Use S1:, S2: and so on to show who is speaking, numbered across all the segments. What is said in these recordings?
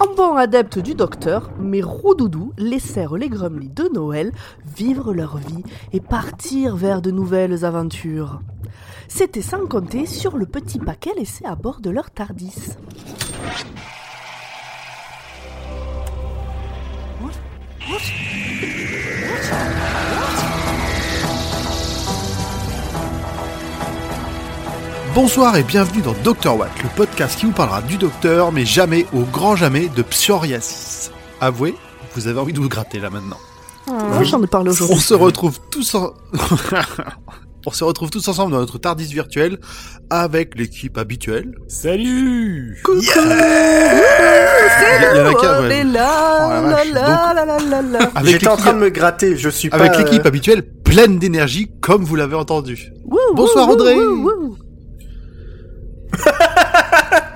S1: Ambants adeptes du docteur, mes roudoudous laissèrent les Grumley de Noël vivre leur vie et partir vers de nouvelles aventures. C'était sans compter sur le petit paquet laissé à bord de leur Tardis.
S2: Bonsoir et bienvenue dans Dr Watt, le podcast qui vous parlera du docteur, mais jamais, au grand jamais, de psoriasis. Avouez, vous avez envie de vous gratter là maintenant.
S1: Ah, J'en ai parlé
S2: On
S1: aujourd'hui.
S2: se retrouve tous en... On se retrouve tous ensemble dans notre Tardis virtuel avec l'équipe habituelle.
S3: Salut
S1: Coucou
S2: Il y en a qu'un,
S1: On
S2: ouais.
S1: est là,
S2: Oh la
S1: la
S2: vache,
S1: la la la la la.
S2: Avec
S4: J'étais en train de
S2: l'équipe
S4: me gratter, je suis
S2: avec
S4: pas...
S2: l'équipe
S4: euh,
S2: habituelle pleine d'énergie comme vous l'avez entendu.
S1: Wouh,
S2: Bonsoir,
S1: wouh,
S2: Audrey.
S1: wouh, wouh.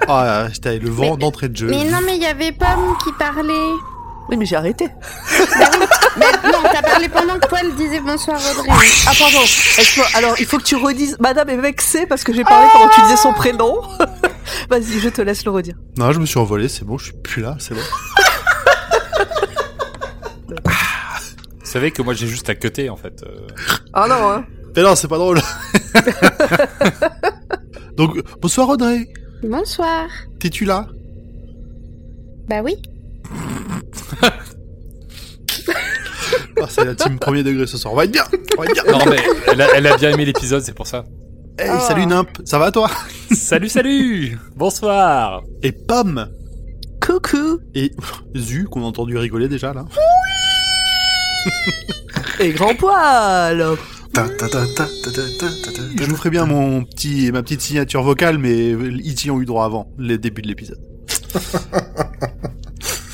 S2: Ah, c'était le vent
S5: Mais-
S2: d'entrée de jeu.
S5: Mais non, mais il y avait Pomme qui parlait.
S1: Oui, mais j'ai arrêté.
S5: Mais non, t'as parlé pendant que Paul disait bonsoir Audrey.
S1: Ah pardon, Excuse-moi. alors il faut que tu redises Madame est vexée parce que j'ai parlé pendant que tu disais son prénom. Vas-y, je te laisse le redire.
S2: Non, je me suis envolé, c'est bon, je suis plus là, c'est bon.
S3: Vous savez que moi j'ai juste à cutter en fait. euh.
S1: Ah non, hein.
S2: Mais non, c'est pas drôle. Donc, bonsoir Audrey,
S5: Bonsoir.
S2: t'es-tu là
S5: Bah oui.
S2: Ah, C'est la team premier degré ce soir, on va être bien, on va être bien.
S3: Non mais elle a, elle a bien aimé l'épisode, c'est pour ça.
S2: Hey,
S1: Ah.
S2: salut Nimp, ça va toi
S3: Salut, salut Bonsoir
S2: Et Pam
S1: Coucou
S2: et Zu, qu'on a entendu rigoler déjà là.
S1: et grand poil.
S4: ta, ta, ta, ta, ta, ta, ta, ta, ta.
S2: Je vous ferai bien mon petit, ma petite signature vocale, mais ils y ont eu droit avant, les débuts de l'épisode.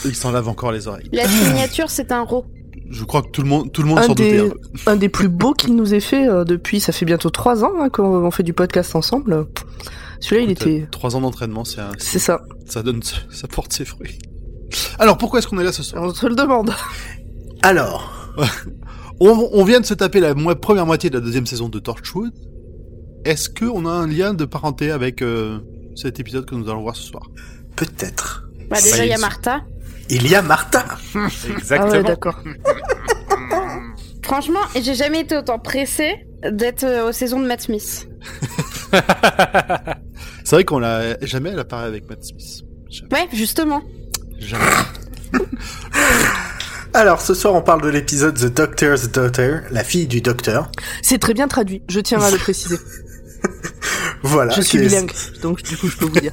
S2: ils s'en lavent encore les oreilles.
S5: La signature, c'est un ro.
S2: Je crois que tout le monde, tout le monde
S1: Un
S2: s'en doutait. hein.
S1: des-
S2: un peu.
S1: Un des plus beaux qu'il nous ait fait euh, depuis, ça fait bientôt trois ans hein, qu'on on fait du podcast ensemble. Celui-là, il
S2: Peut-être
S1: était.
S2: Trois ans d'entraînement, c'est un-
S1: C'est ça,
S2: ça donne, ça porte ses fruits. Alors pourquoi est-ce qu'on est là ce soir
S1: on se le demande.
S4: Alors,
S2: On, on vient de se taper la mo- première moitié de la deuxième saison de Torchwood. Est-ce qu'on a un lien de parenté avec euh, cet épisode que nous allons voir ce soir
S4: peut-être.
S5: Bah déjà, il y a
S3: Salut.
S5: Martha.
S4: Il y a Martha
S3: Exactement.
S1: Ah ouais, d'accord.
S5: Franchement, j'ai jamais été autant pressée d'être euh, aux saisons de Matt Smith.
S2: C'est vrai qu'on l'a jamais elle apparaît avec Matt Smith.
S5: Ouais, justement.
S2: Jamais.
S4: Alors, ce soir, on parle de l'épisode The Doctor's Daughter, la fille du docteur.
S1: C'est très bien traduit, je tiens à le préciser.
S4: Voilà,
S1: je suis
S4: qui, est,
S1: bilingue, donc du coup, je peux vous dire.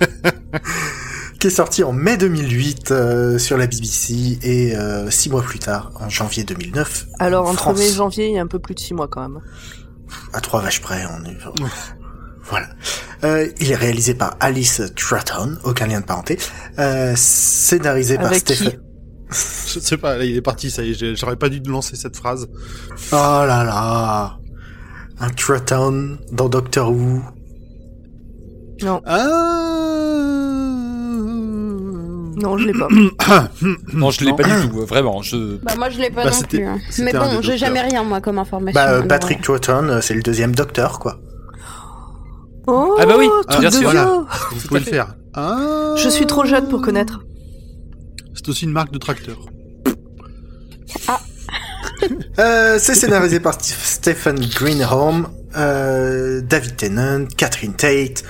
S4: qui est sorti en mai 2008 euh, sur la BBC et euh, six mois plus tard, en janvier 2009,
S1: Alors, entre
S4: France.
S1: mai et janvier, il y a un peu plus de six mois quand même.
S4: à trois vaches près. On est... voilà. Euh, il est réalisé par Alice Stratton, aucun lien de parenté. Euh, scénarisé par
S1: Avec qui
S4: Stephen...
S2: Je sais pas, là il est parti, ça y est, j'ai- j'aurais pas dû lancer cette phrase.
S4: Oh là là Un Traton dans Doctor Who.
S2: Ah...
S1: Non, je l'ai pas.
S3: Non, je l'ai
S2: Non.
S3: pas du tout, euh, vraiment. Je...
S5: Bah moi, je l'ai pas
S2: Bah,
S5: non
S2: c'était-
S5: plus. hein.
S2: c'était
S5: Mais
S2: un
S5: bon,
S2: des
S5: j'ai
S2: docteurs.
S5: jamais rien moi comme information.
S4: Bah, euh,
S5: Alors,
S4: Patrick Troughton, euh, c'est le deuxième Docteur, quoi.
S1: Oh,
S3: Ah bah oui,
S1: truc
S3: bien
S1: de
S3: sûr.
S1: vieux.
S2: Voilà. Vous pouvez le
S3: fait.
S2: faire. Ah...
S1: Je suis trop jeune pour connaître.
S2: C'est aussi une marque de tracteur.
S4: Euh, c'est scénarisé par St- Stephen Greenholm, euh, David Tennant, Catherine Tate,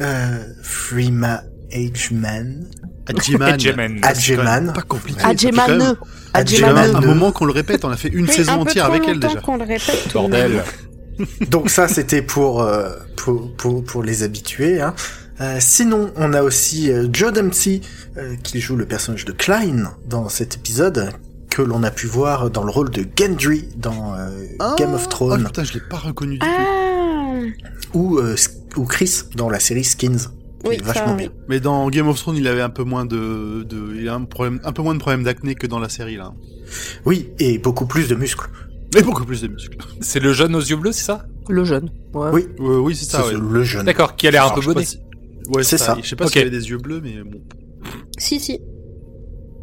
S4: euh, Freema Ageman,
S2: Adjiman.
S3: Adjiman.
S4: Adjeman.
S2: Pas
S1: Ah,
S2: compliqué. Ah, ça fait quand même-
S1: Adjemaneux.
S2: C'est quand même
S4: Adjemaneux.
S2: un moment qu'on le répète, on a fait une
S5: oui,
S2: saison
S5: un peu
S2: entière
S5: trop
S2: avec elle
S5: longtemps
S2: déjà.
S5: qu'on le répète. tout le
S3: Bordel.
S4: Donc ça, c'était pour, euh, pour, pour, pour les habitués. Hein. Euh, sinon, on a aussi euh, Joe Dempsey, euh, qui joue le personnage de Klein dans cet épisode, que l'on a pu voir dans le rôle de Gendry dans euh,
S2: Ah,
S4: Game of
S2: Oh
S4: Thrones,
S2: putain, je l'ai pas reconnu du tout.
S5: Ah.
S4: ou, euh, S- ou Chris dans la série Skins. qui
S5: Oui,
S4: est
S5: ça,
S4: vachement
S5: oui.
S4: bien.
S2: Mais dans Game of Thrones, il avait un peu moins de, de il a un problème, un peu moins de problèmes d'acné que dans la série là.
S4: Oui, et beaucoup plus de muscles.
S2: Mais beaucoup plus de muscles.
S3: C'est le jeune aux yeux bleus, c'est ça
S1: Le jeune. Ouais.
S4: Oui.
S2: Ouais, Euh, oui, c'est ça.
S4: C'est
S2: Ah ouais.
S4: le jeune.
S3: D'accord, qui a l'air un
S2: Alors,
S3: peu
S2: je sais pas
S3: bonnet.
S2: si- Ouais, c'est
S4: C'est
S2: ça.
S4: ça.
S2: Je sais pas
S3: Ok.
S2: s'il avait des yeux bleus, mais bon.
S5: Si si.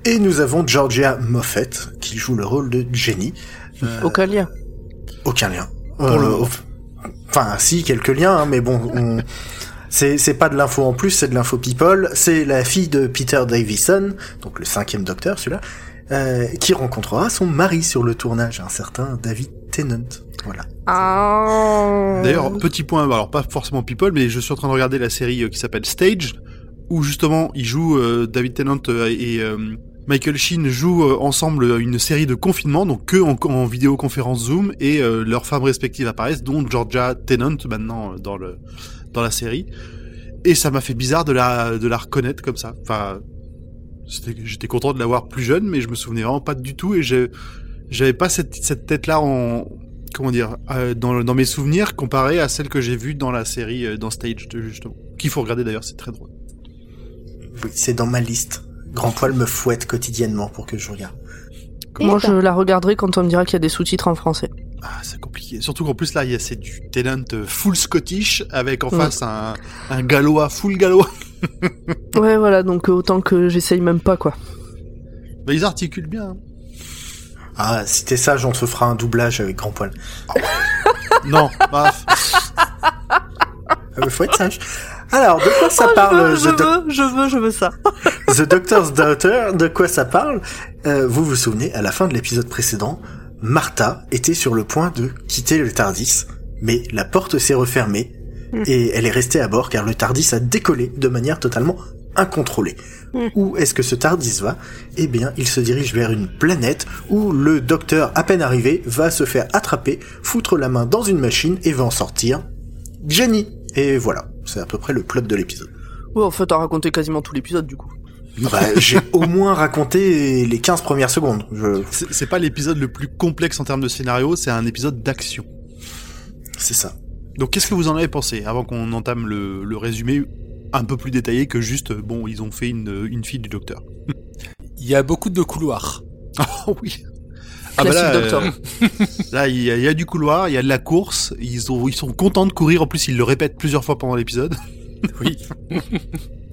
S4: Et nous avons Georgia Moffett, qui joue le rôle de Jenny. Euh,
S1: Aucun lien.
S4: Aucun lien.
S2: Pour le
S4: Euh, Enfin, si, quelques liens, hein, mais bon, on, C'est c'est pas de l'info en plus, c'est de l'info people. C'est la fille de Peter Davison, donc le cinquième docteur, celui-là, euh, qui rencontrera son mari sur le tournage, un certain David Tennant. Voilà.
S5: Ah.
S2: D'ailleurs, petit point, alors pas forcément People, mais je suis en train de regarder la série euh, qui s'appelle Stage, où justement ils jouent, euh, David Tennant euh, et euh, Michael Sheen jouent euh, ensemble euh, une série de confinement, donc que en, en vidéoconférence Zoom, et euh, leurs femmes respectives apparaissent, dont Georgia Tennant maintenant euh, dans, le, dans la série. Et ça m'a fait bizarre de la, de la reconnaître comme ça. Enfin, c'était- j'étais content de la voir plus jeune, mais je me souvenais vraiment pas du tout, et j'ai- j'avais pas cette, cette tête-là en, comment dire, euh, dans, dans mes souvenirs comparé à celle que j'ai vue dans la série, euh, dans Stage, de- justement. Qu'il faut regarder d'ailleurs, c'est très drôle.
S4: Oui, c'est dans ma liste. Grand poil me fouette quotidiennement pour que je regarde.
S1: Moi, je la regarderai quand on me dira qu'il y a des sous-titres en français.
S2: Ah, c'est compliqué. Surtout qu'en plus là, il y a c'est du Tenant euh, full Scottish avec en
S1: Ouais.
S2: face un, un gallois, full gallois.
S1: Ouais, voilà, donc euh, autant que j'essaye même pas, quoi.
S2: Bah, ils articulent bien. hein.
S4: Ah, si t'es sage, on se fera un doublage avec Grand poil.
S2: Non, bref.
S4: Ah, mais faut être sage. Alors, de quoi ça
S1: Oh,
S4: parle
S1: je, veux,
S4: The, Doc-
S1: je veux, je veux, je veux ça.
S4: The Doctor's Daughter De quoi ça parle Euh, Vous vous souvenez, à la fin de l'épisode précédent, Martha était sur le point de quitter le Tardis, mais la porte s'est refermée et elle est restée à bord car le Tardis a décollé de manière totalement incontrôlée. Où est-ce que ce Tardis va Eh bien, il se dirige vers une planète où le docteur, à peine arrivé, va se faire attraper, foutre la main dans une machine et va en sortir. Jenny Et voilà, c'est à peu près le plot de l'épisode.
S1: Ouais, en fait, t'as raconté quasiment tout l'épisode, du coup.
S4: Bah, j'ai au moins raconté les 15 premières secondes. Je...
S2: C'est c'est pas l'épisode le plus complexe en termes de scénario, c'est un épisode d'action.
S4: C'est ça.
S2: Donc qu'est-ce que vous en avez pensé avant qu'on entame le, le résumé un peu plus détaillé que juste, euh, bon, ils ont fait une, une fille du docteur.
S3: Il y a beaucoup de couloirs.
S2: Oh oui.
S1: Classique
S2: Ah, bah là,
S1: docteur.
S2: euh, là, il y, a- il y a du couloir, il y a de la course. Ils, ont, ils sont contents de courir. En plus, ils le répètent plusieurs fois pendant l'épisode.
S3: Oui.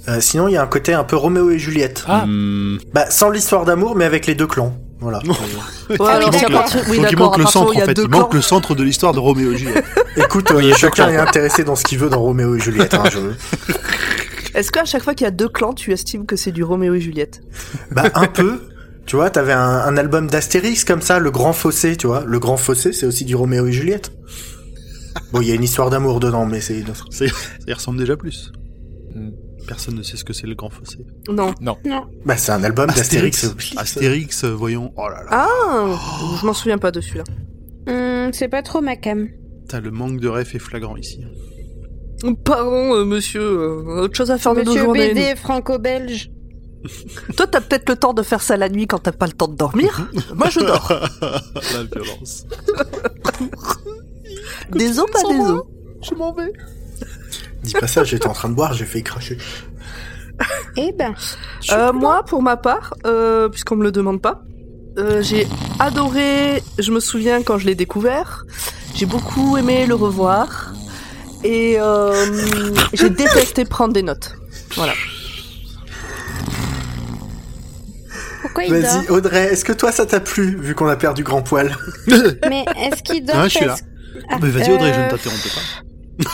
S4: Euh, sinon, il y a un côté un peu Roméo et Juliette.
S3: Ah.
S2: Hmm.
S4: Bah, sans l'histoire d'amour, mais avec les deux clans. Voilà.
S1: Ouais, alors,
S2: Donc,
S1: si à
S2: le-
S1: partir- oui,
S2: donc il
S1: d'accord,
S2: manque
S1: à
S2: le
S1: partir où
S2: centre,
S1: il y
S2: en
S1: a
S2: fait.
S1: deux
S2: Il
S1: clans.
S2: manque le centre de l'histoire de Roméo et Juliette.
S4: Écoute, euh, chacun est intéressé dans ce qu'il veut dans Roméo et Juliette. Hein, je...
S1: Est-ce qu'à chaque fois qu'il y a deux clans, tu estimes que c'est du Roméo et Juliette
S4: Bah, un peu. Tu vois, t'avais un, un album d'Astérix comme ça, Le Grand Fossé, tu vois. Le Grand Fossé, c'est aussi du Roméo et Juliette. Bon, il y a une histoire d'amour dedans, mais c'est...
S2: Ça y ressemble déjà plus. Mm.
S3: Hmm.
S2: Personne ne sait ce que c'est le grand fossé.
S1: Non.
S4: Bah, c'est un album d'Astérix.
S2: Astérix, Astérix, euh, voyons. Oh là là.
S1: Ah Je m'en souviens pas de celui-là.
S5: Hmm, c'est pas trop ma cam.
S2: Putain, le manque de ref est flagrant ici.
S1: Pardon, euh, monsieur, euh, autre chose à faire de nos
S5: Monsieur
S1: journées.
S5: BD franco-belge.
S1: nous. Toi, t'as peut-être le temps de faire ça la nuit quand t'as pas le temps de dormir. Moi, je dors.
S2: La violence.
S1: Des os, pas
S2: Sans
S1: des
S2: moi.
S1: os. Je m'en vais.
S4: Dis pas ça, j'étais en train de boire, j'ai failli cracher.
S5: Eh ben,
S1: Euh, moi, pour ma part, euh, puisqu'on me le demande pas, euh, j'ai adoré, je me souviens quand je l'ai découvert, j'ai beaucoup aimé le revoir, et euh, j'ai détesté prendre des notes.
S5: pourquoi il dort
S4: Vas-y, Audrey, est-ce que toi, ça t'a plu, vu qu'on a perdu Grand Poil
S5: Mais est-ce qu'il dort
S2: Hein, je suis
S5: parce- Ah,
S2: Mais vas-y Audrey, je ne
S5: euh,
S2: t'interromps pas.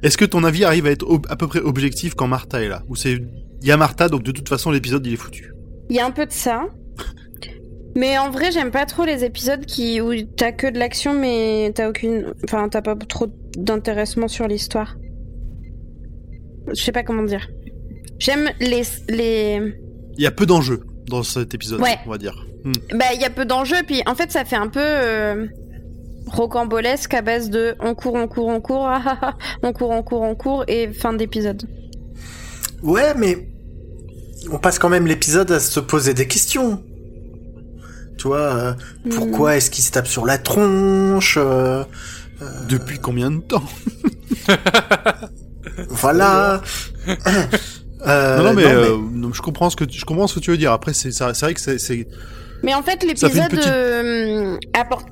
S2: Est-ce que ton avis arrive à être ob- à peu près objectif quand Martha est là Ou c'est il y a Martha donc de toute façon l'épisode il est foutu.
S5: Euh, Il y a un peu de ça. Mais en vrai, j'aime pas trop les épisodes qui où t'as que de l'action, mais t'as aucune, enfin t'as pas trop d'intéressement sur l'histoire. Je sais pas comment dire. J'aime les les.
S2: Il y a peu d'enjeux dans cet épisode,
S5: Ouais.
S2: on va dire. Hmm.
S5: Bah il y a peu d'enjeux, puis en fait ça fait un peu euh, rocambolesque à base de on court, on court, on court, ah, ah, ah, on court, on court, on court et fin d'épisode.
S4: Ouais, mais on passe quand même l'épisode à se poser des questions. Tu vois, euh, pourquoi est-ce qu'il se tape sur la tronche euh,
S2: Depuis combien de temps
S4: Voilà. Euh,
S2: Non non mais, euh, non, je comprends ce que tu, je comprends ce que tu veux dire. Après c'est ça- c'est vrai que c'est- c'est
S5: Mais en fait
S2: Ça fait une
S5: l'épisode
S2: petite-
S5: euh, apporte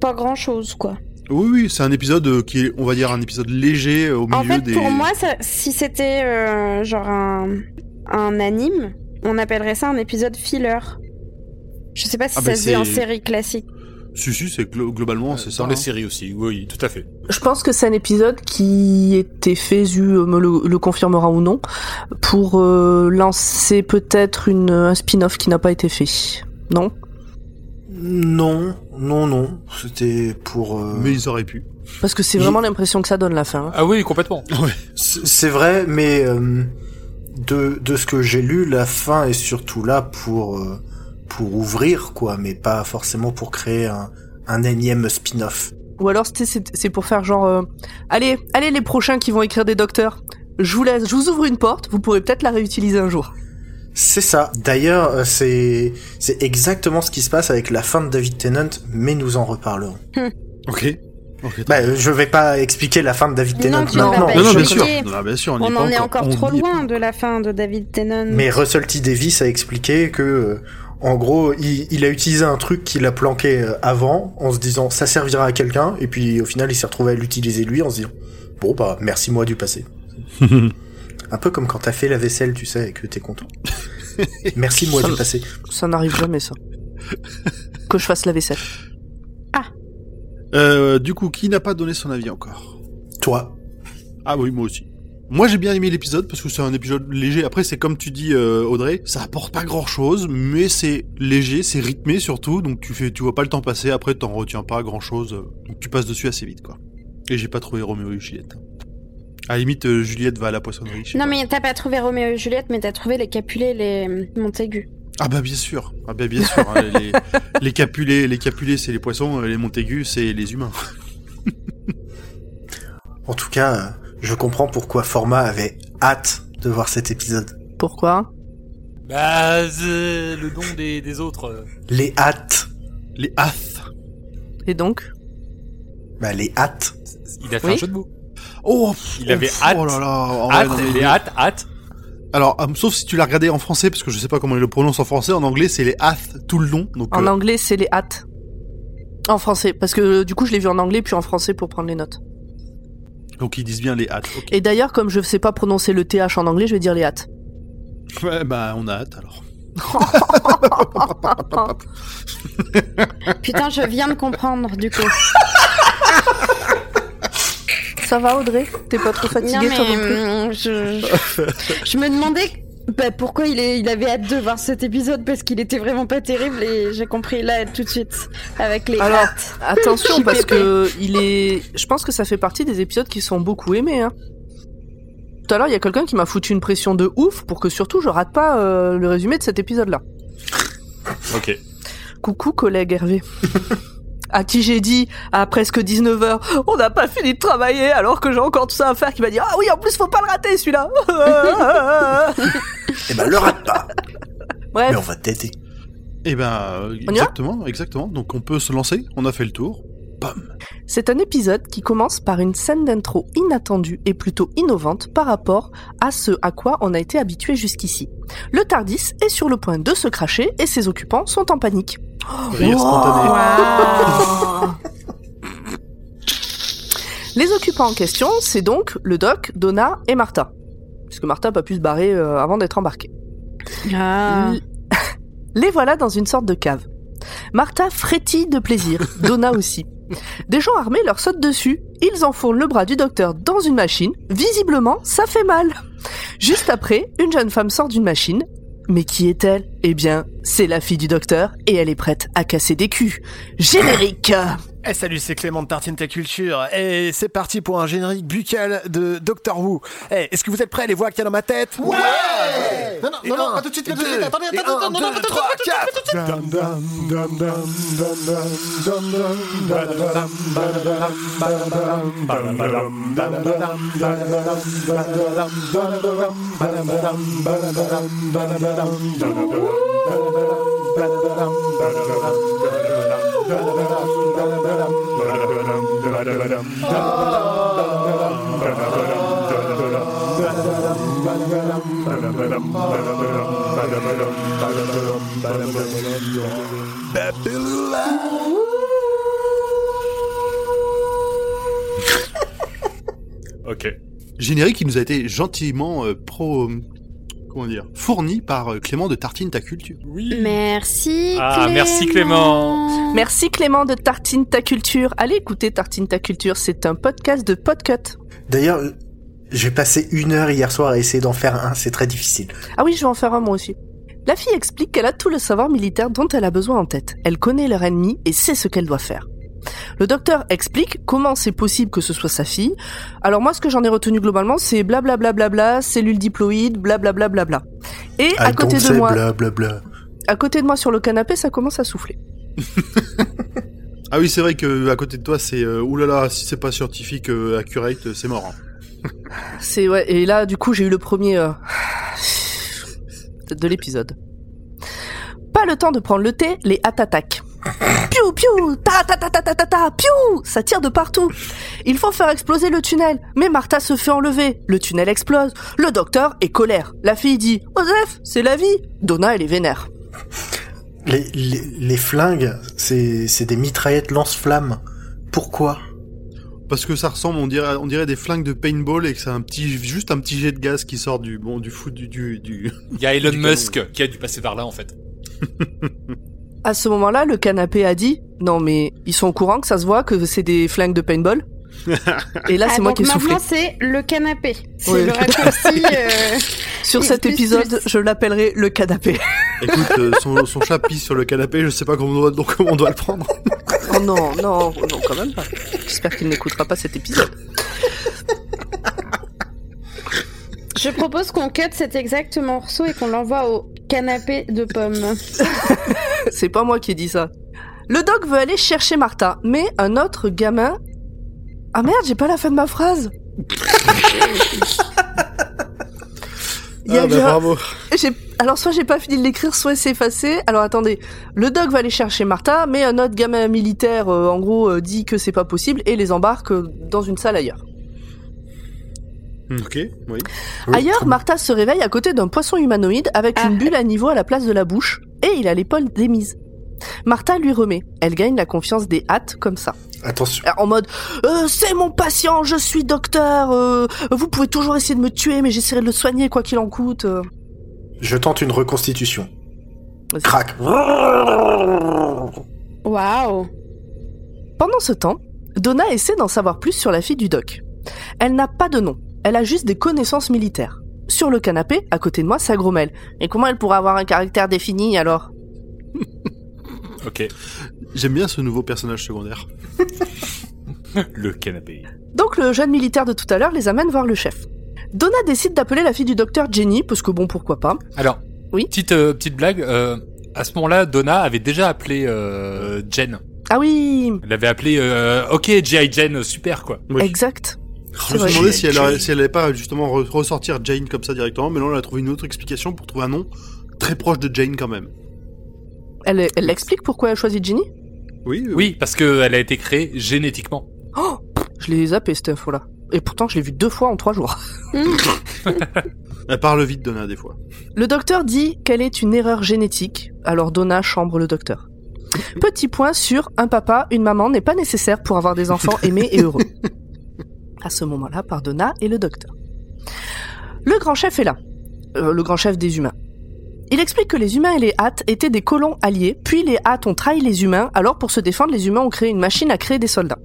S5: pas grand chose quoi.
S2: oui oui, c'est un épisode euh, qui est on va dire un épisode léger euh, au milieu
S5: En fait,
S2: des
S5: pour moi, ça- si c'était euh, genre un, un anime, on appellerait ça un épisode filler. Je sais pas si
S2: Ah
S5: ça
S2: bah
S5: se dit en
S2: c'est-
S5: série classique.
S2: Si, si, c'est glo- globalement, c'est
S3: Dans
S2: ça.
S3: les
S2: hein.
S3: séries aussi, oui, tout à fait.
S1: Je pense que c'est un épisode qui était fait, Zu me le, le confirmera ou non, pour euh, lancer peut-être une, un spin-off qui n'a pas été fait. Non
S4: Non, non, non. C'était pour. euh,
S2: Mais ils auraient pu.
S1: Parce que c'est vraiment l'impression que ça donne la fin. hein.
S3: Ah oui, complètement.
S4: C'est c'est vrai, mais euh, de, de ce que j'ai lu, la fin est surtout là pour, euh, pour ouvrir, quoi, mais pas forcément pour créer un, un énième spin-off.
S1: Ou alors c'était- c'est c'est pour faire genre... euh, allez, allez les prochains qui vont écrire des docteurs, je vous laisse, je vous ouvre une porte, vous pourrez peut-être la réutiliser un jour.
S4: C'est ça. D'ailleurs, euh, c'est c'est exactement ce qui se passe avec la fin de David Tennant, mais nous en reparlerons.
S2: Ok. Ok,
S4: Bah, euh, je vais pas expliquer la fin de David
S5: Non,
S4: Tennant
S5: tu
S4: maintenant.
S5: vas pas
S2: Non, non,
S5: Bah, je
S2: bien
S5: sais.
S2: sûr. Non, non, bien sûr, on,
S5: On,
S2: n'y
S5: en
S2: pas
S5: est encore trop
S2: on n'y est
S5: loin
S2: pas.
S5: de la fin de David Tennant.
S4: Mais Russell T. Davis a expliqué que, euh, en gros, il, il a utilisé un truc qu'il a planqué euh, avant, en se disant ça servira à quelqu'un, et puis au final il s'est retrouvé à l'utiliser lui en se disant bon bah merci moi du passé. un peu comme quand t'as fait la vaisselle, tu sais, et que t'es content. merci moi du passé.
S1: Ça n'arrive jamais ça. que je fasse la vaisselle.
S2: Euh, du coup, qui n'a pas donné son avis encore
S4: Toi.
S2: Ah oui, moi aussi. Moi, j'ai bien aimé l'épisode parce que c'est un épisode léger. Après, c'est comme tu dis, euh, Audrey, ça apporte pas grand chose, mais c'est léger, c'est rythmé surtout. Donc, tu fais, tu vois pas le temps passer. Après, t'en retiens pas grand chose. Donc, tu passes dessus assez vite, quoi. Et j'ai pas trouvé Roméo et Juliette. À la limite, euh, Juliette va à la poissonnerie. je sais
S5: Non,
S2: pas.
S5: mais t'as pas trouvé Roméo et Juliette, mais t'as trouvé les Capulet et les Montaigu.
S2: Ah bah bien sûr, ah bah bien sûr. hein, les, les Capulets, les Capulets, c'est les poissons. euh, Les Montaigu, c'est les humains.
S4: En tout cas, euh, je comprends pourquoi Format avait hâte de voir cet épisode.
S1: Pourquoi
S3: Bah, c'est le nom des, des autres.
S4: Les hâtes.
S2: Les Ath.
S1: Et donc
S4: Bah les hâtes.
S3: Il a fait
S1: Oui.
S3: un jeu de mots.
S2: Oh, pff,
S3: Il avait
S2: oh,
S3: hâte.
S2: Oh là là. oh,
S3: hâte,
S2: ouais, non, mais-
S3: les hâtes, hâte.
S2: Alors, euh, sauf si tu l'as regardé en français, parce que je sais pas comment il le prononce en français. En anglais, c'est les Ath tout le long. Donc,
S1: En
S2: euh,
S1: anglais, c'est les hâtes. En français, parce que euh, du coup, je l'ai vu en anglais puis en français pour prendre les notes.
S2: donc ils disent bien les hâtes. Ok.
S1: Et d'ailleurs, comme je sais pas prononcer le TH en anglais, je vais dire les hâtes.
S2: Ouais, bah, on a hâte alors.
S5: Putain, je viens de comprendre, du coup.
S1: Ça va, Audrey T'es pas trop fatiguée,
S5: Non, mais
S1: toi non plus
S5: mm, je, je- je me demandais bah, pourquoi il, est, il avait hâte de voir cet épisode parce qu'il était vraiment pas terrible et j'ai compris là tout de suite avec les
S1: Alors,
S5: hâtes.
S1: Attention,
S5: J'ai
S1: parce
S5: pépé.
S1: que il est. Je pense que ça fait partie des épisodes qui sont beaucoup aimés. Hein. Tout à l'heure, il y a quelqu'un qui m'a foutu une pression de ouf pour que surtout je rate pas euh, le résumé de cet épisode-là.
S3: Ok.
S1: Coucou, collègue Hervé. à qui j'ai dit à presque 19h, on n'a pas fini de travailler alors que j'ai encore tout ça à faire, qui m'a dit Ah oui, en plus, faut pas le rater celui-là
S4: Eh ben le rate pas. Mais on
S1: Bref,
S4: va t'aider.
S2: Et ben, euh,
S1: va
S2: exactement, exactement. Donc on peut se lancer. On a fait le tour. Bam.
S1: c'est un épisode qui commence par une scène d'intro inattendue et plutôt innovante par rapport à ce à quoi on a été habitué jusqu'ici. Le Tardis est sur le point de se cracher et ses occupants sont en panique.
S2: Rire spontané.
S1: Les occupants en question, c'est donc le Doc, Donna et Martha. Puisque Martha n'a pas pu se barrer euh, avant d'être embarquée.
S5: Ah.
S1: L- Les voilà dans une sorte de cave. Martha frétille de plaisir, Donna aussi. Des gens armés leur sautent dessus, ils enfournent le bras du docteur dans une machine, visiblement ça fait mal. Juste après, une jeune femme sort d'une machine. Mais qui est-elle Eh bien, c'est la fille du docteur et elle est prête à casser des culs. Générique
S6: Eh salut, c'est Clément de Tartine Ta Culture, et c'est parti pour un générique buccal de Doctor Who. Eh, est-ce que vous êtes prêts Les voix qu'il y a dans ma tête Ouais
S7: Non, non, non, non, pas tout de suite, pas tout de suite, attendez, attendez, attendez, non, non, pas tout de suite, pas tout de suite.
S3: Ok.
S2: Générique qui nous a été gentiment euh, pro. comment dire, fourni par euh, Clément de Tartine Ta Culture.
S3: Oui.
S5: Merci
S3: Ah,
S5: Clément.
S3: merci, Clément.
S1: Merci Clément de Tartine Ta Culture. Allez écouter Tartine Ta Culture, c'est un podcast de Podcut.
S4: D'ailleurs, j'ai passé une heure hier soir à essayer d'en faire un, c'est très difficile.
S1: Ah oui, je vais en faire un moi aussi. La fille explique qu'elle a tout le savoir militaire dont elle a besoin en tête. Elle connaît leur ennemi et sait ce qu'elle doit faire. Le docteur explique comment c'est possible que ce soit sa fille. Alors moi, ce que j'en ai retenu globalement, c'est blablabla, bla bla bla, cellules diploïdes, blablabla. Bla bla bla. Et à
S4: I
S1: côté
S4: don't
S1: de
S4: say
S1: moi,
S4: Ah, bla bla bla.
S1: à côté de moi sur le canapé, ça commence à souffler.
S2: Ah oui, c'est vrai que à côté de toi, c'est euh, oulala, si c'est pas scientifique, euh, accurate, euh, c'est mort. hein.
S1: C'est ouais, et là du coup j'ai eu le premier euh, de l'épisode. Pas le temps de prendre le thé, les hats attaquent. Piou piou, ta ta ta ta ta ta ta, piou, ça tire de partout. Il faut faire exploser le tunnel, mais Martha se fait enlever. Le tunnel explose. Le docteur est colère. La fille dit Osef, c'est la vie. Donna elle est vénère.
S4: Les, les, les flingues, c'est c'est des mitraillettes lance-flammes. Pourquoi
S2: Parce que ça ressemble, on dirait, on dirait des flingues de paintball et que c'est un petit, juste un petit jet de gaz qui sort du, bon, du foot, du, du, du-
S3: Il y a Elon
S2: Du
S3: Musk qui a dû passer par là en fait.
S1: À ce moment-là, le canapé a dit Non mais ils sont au courant que ça se voit que c'est des flingues de paintball. Et là
S5: Ah,
S1: c'est moi
S5: donc
S1: qui ai soufflé.
S5: Maintenant, c'est le canapé. C'est
S1: Ouais.
S5: le raccourci. euh,
S1: Sur
S5: Plus,
S1: cet
S5: plus,
S1: épisode,
S5: plus.
S1: je l'appellerai le canapé.
S2: Écoute, euh, son, son chat pisse sur le canapé, je sais pas comment on doit, comment on doit le prendre.
S1: Oh non, non, non, quand même pas. J'espère qu'il n'écoutera pas cet épisode.
S5: Je propose qu'on cut cet exact morceau et qu'on l'envoie au canapé de pommes.
S1: C'est pas moi qui ai dit ça. Le doc veut aller chercher Martha, mais un autre gamin. Ah merde, j'ai pas la fin de ma phrase. Il y a
S2: ah, bah,
S1: bien-
S2: bravo.
S1: j'ai- Alors soit j'ai pas fini de l'écrire, soit c'est effacé. Alors attendez, le doc va aller chercher Martha, mais un autre gamin militaire, euh, en gros, euh, dit que c'est pas possible et les embarque euh, dans une salle ailleurs.
S2: Ok, oui.
S1: Ailleurs, Martha se réveille à côté d'un poisson humanoïde avec
S5: Ah.
S1: une bulle à niveau à la place de la bouche et il a l'épaule démise. Martha lui remet. Elle gagne la confiance des hâtes comme ça.
S4: Attention.
S1: En mode Euh, C'est mon patient, je suis docteur, euh, vous pouvez toujours essayer de me tuer, mais j'essaierai de le soigner quoi qu'il en coûte. euh.
S4: Je tente une reconstitution.
S1: Vas-y.
S4: Crac.
S5: Waouh
S1: Pendant ce temps, Donna essaie d'en savoir plus sur la fille du doc. Elle n'a pas de nom, elle a juste des connaissances militaires. Sur le canapé, à côté de moi, ça grommelle. Et comment elle pourra avoir un caractère défini alors
S3: Ok.
S2: J'aime bien ce nouveau personnage secondaire.
S3: Le canapé.
S1: Donc le jeune militaire de tout à l'heure les amène voir le chef. Donna décide d'appeler la fille du docteur Jenny, parce que bon, pourquoi pas.
S3: Alors,
S1: Oui.
S3: Petite euh, petite blague. euh, à ce moment-là, Donna avait déjà appelé euh, Jen.
S1: Ah oui,
S3: Elle avait appelé. euh, ok, GI Jen, super quoi.
S2: Oui.
S1: exact.
S2: Je me
S1: vrai.
S2: suis demandé si elle,
S4: Jane.
S2: aurait- si elle allait pas justement re- ressortir Jane comme ça directement, mais là on a trouvé une autre explication pour trouver un nom très proche de Jane quand même.
S1: Elle, elle l'explique pourquoi elle choisit Jenny
S2: Oui,
S3: Oui, parce que elle a été créée génétiquement.
S1: Je l'ai zappé cette info-là. Et pourtant, je l'ai vu deux fois en trois jours.
S2: Elle parle vite, Donna, des fois.
S1: Le docteur dit qu'elle est une erreur génétique, alors Donna chambre le docteur. Petit point sur un papa, une maman n'est pas nécessaire pour avoir des enfants aimés et heureux. À ce moment-là, par Donna et le docteur. Le grand chef est là, Euh, le grand chef des humains. Il explique que les humains et les hâtes étaient des colons alliés, puis les hâtes ont trahi les humains, alors pour se défendre, les humains ont créé une machine à créer des soldats.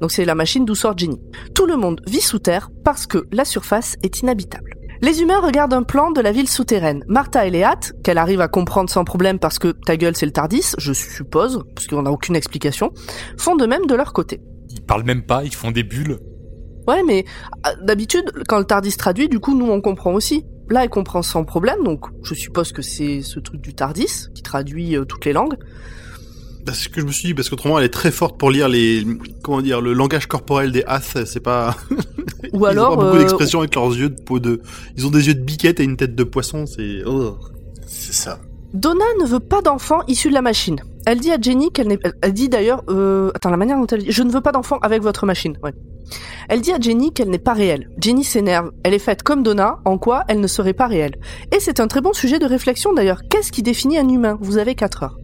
S1: Donc c'est la machine d'où sort Jenny. Tout le monde vit sous terre parce que la surface est inhabitable. Les humains regardent un plan de la ville souterraine. Martha et les hâtes, qu'elle arrive à comprendre sans problème parce que ta gueule c'est le Tardis, je suppose, parce qu'on n'a aucune explication, font de même de leur côté.
S3: Ils parlent même pas. Ils font des bulles.
S1: Ouais, mais euh, d'habitude, quand le Tardis traduit, du coup, nous on comprend aussi. Là, elle comprend sans problème, donc je suppose que c'est ce truc du Tardis qui traduit euh, toutes les langues.
S2: Bah, C'est ce que je me suis dit, parce qu'autrement elle est très forte pour lire les, comment dire, le langage corporel des Hath, c'est pas,
S1: Ou
S2: ils ont
S1: alors,
S2: pas beaucoup
S1: euh,
S2: d'expression avec leurs yeux de peau de, ils ont des yeux de biquette et une tête de poisson, c'est, oh.
S4: C'est ça.
S1: Donna ne veut pas d'enfant issu de la machine. Elle dit à Jenny qu'elle n'est. Elle dit d'ailleurs. euh, Attends, la manière dont elle dit. Je ne veux pas d'enfant avec votre machine. Ouais. Elle dit à Jenny qu'elle n'est pas réelle. Jenny s'énerve. Elle est faite comme Donna, en quoi elle ne serait pas réelle. Et c'est un très bon sujet de réflexion d'ailleurs. Qu'est-ce qui définit un humain Vous avez 4 heures.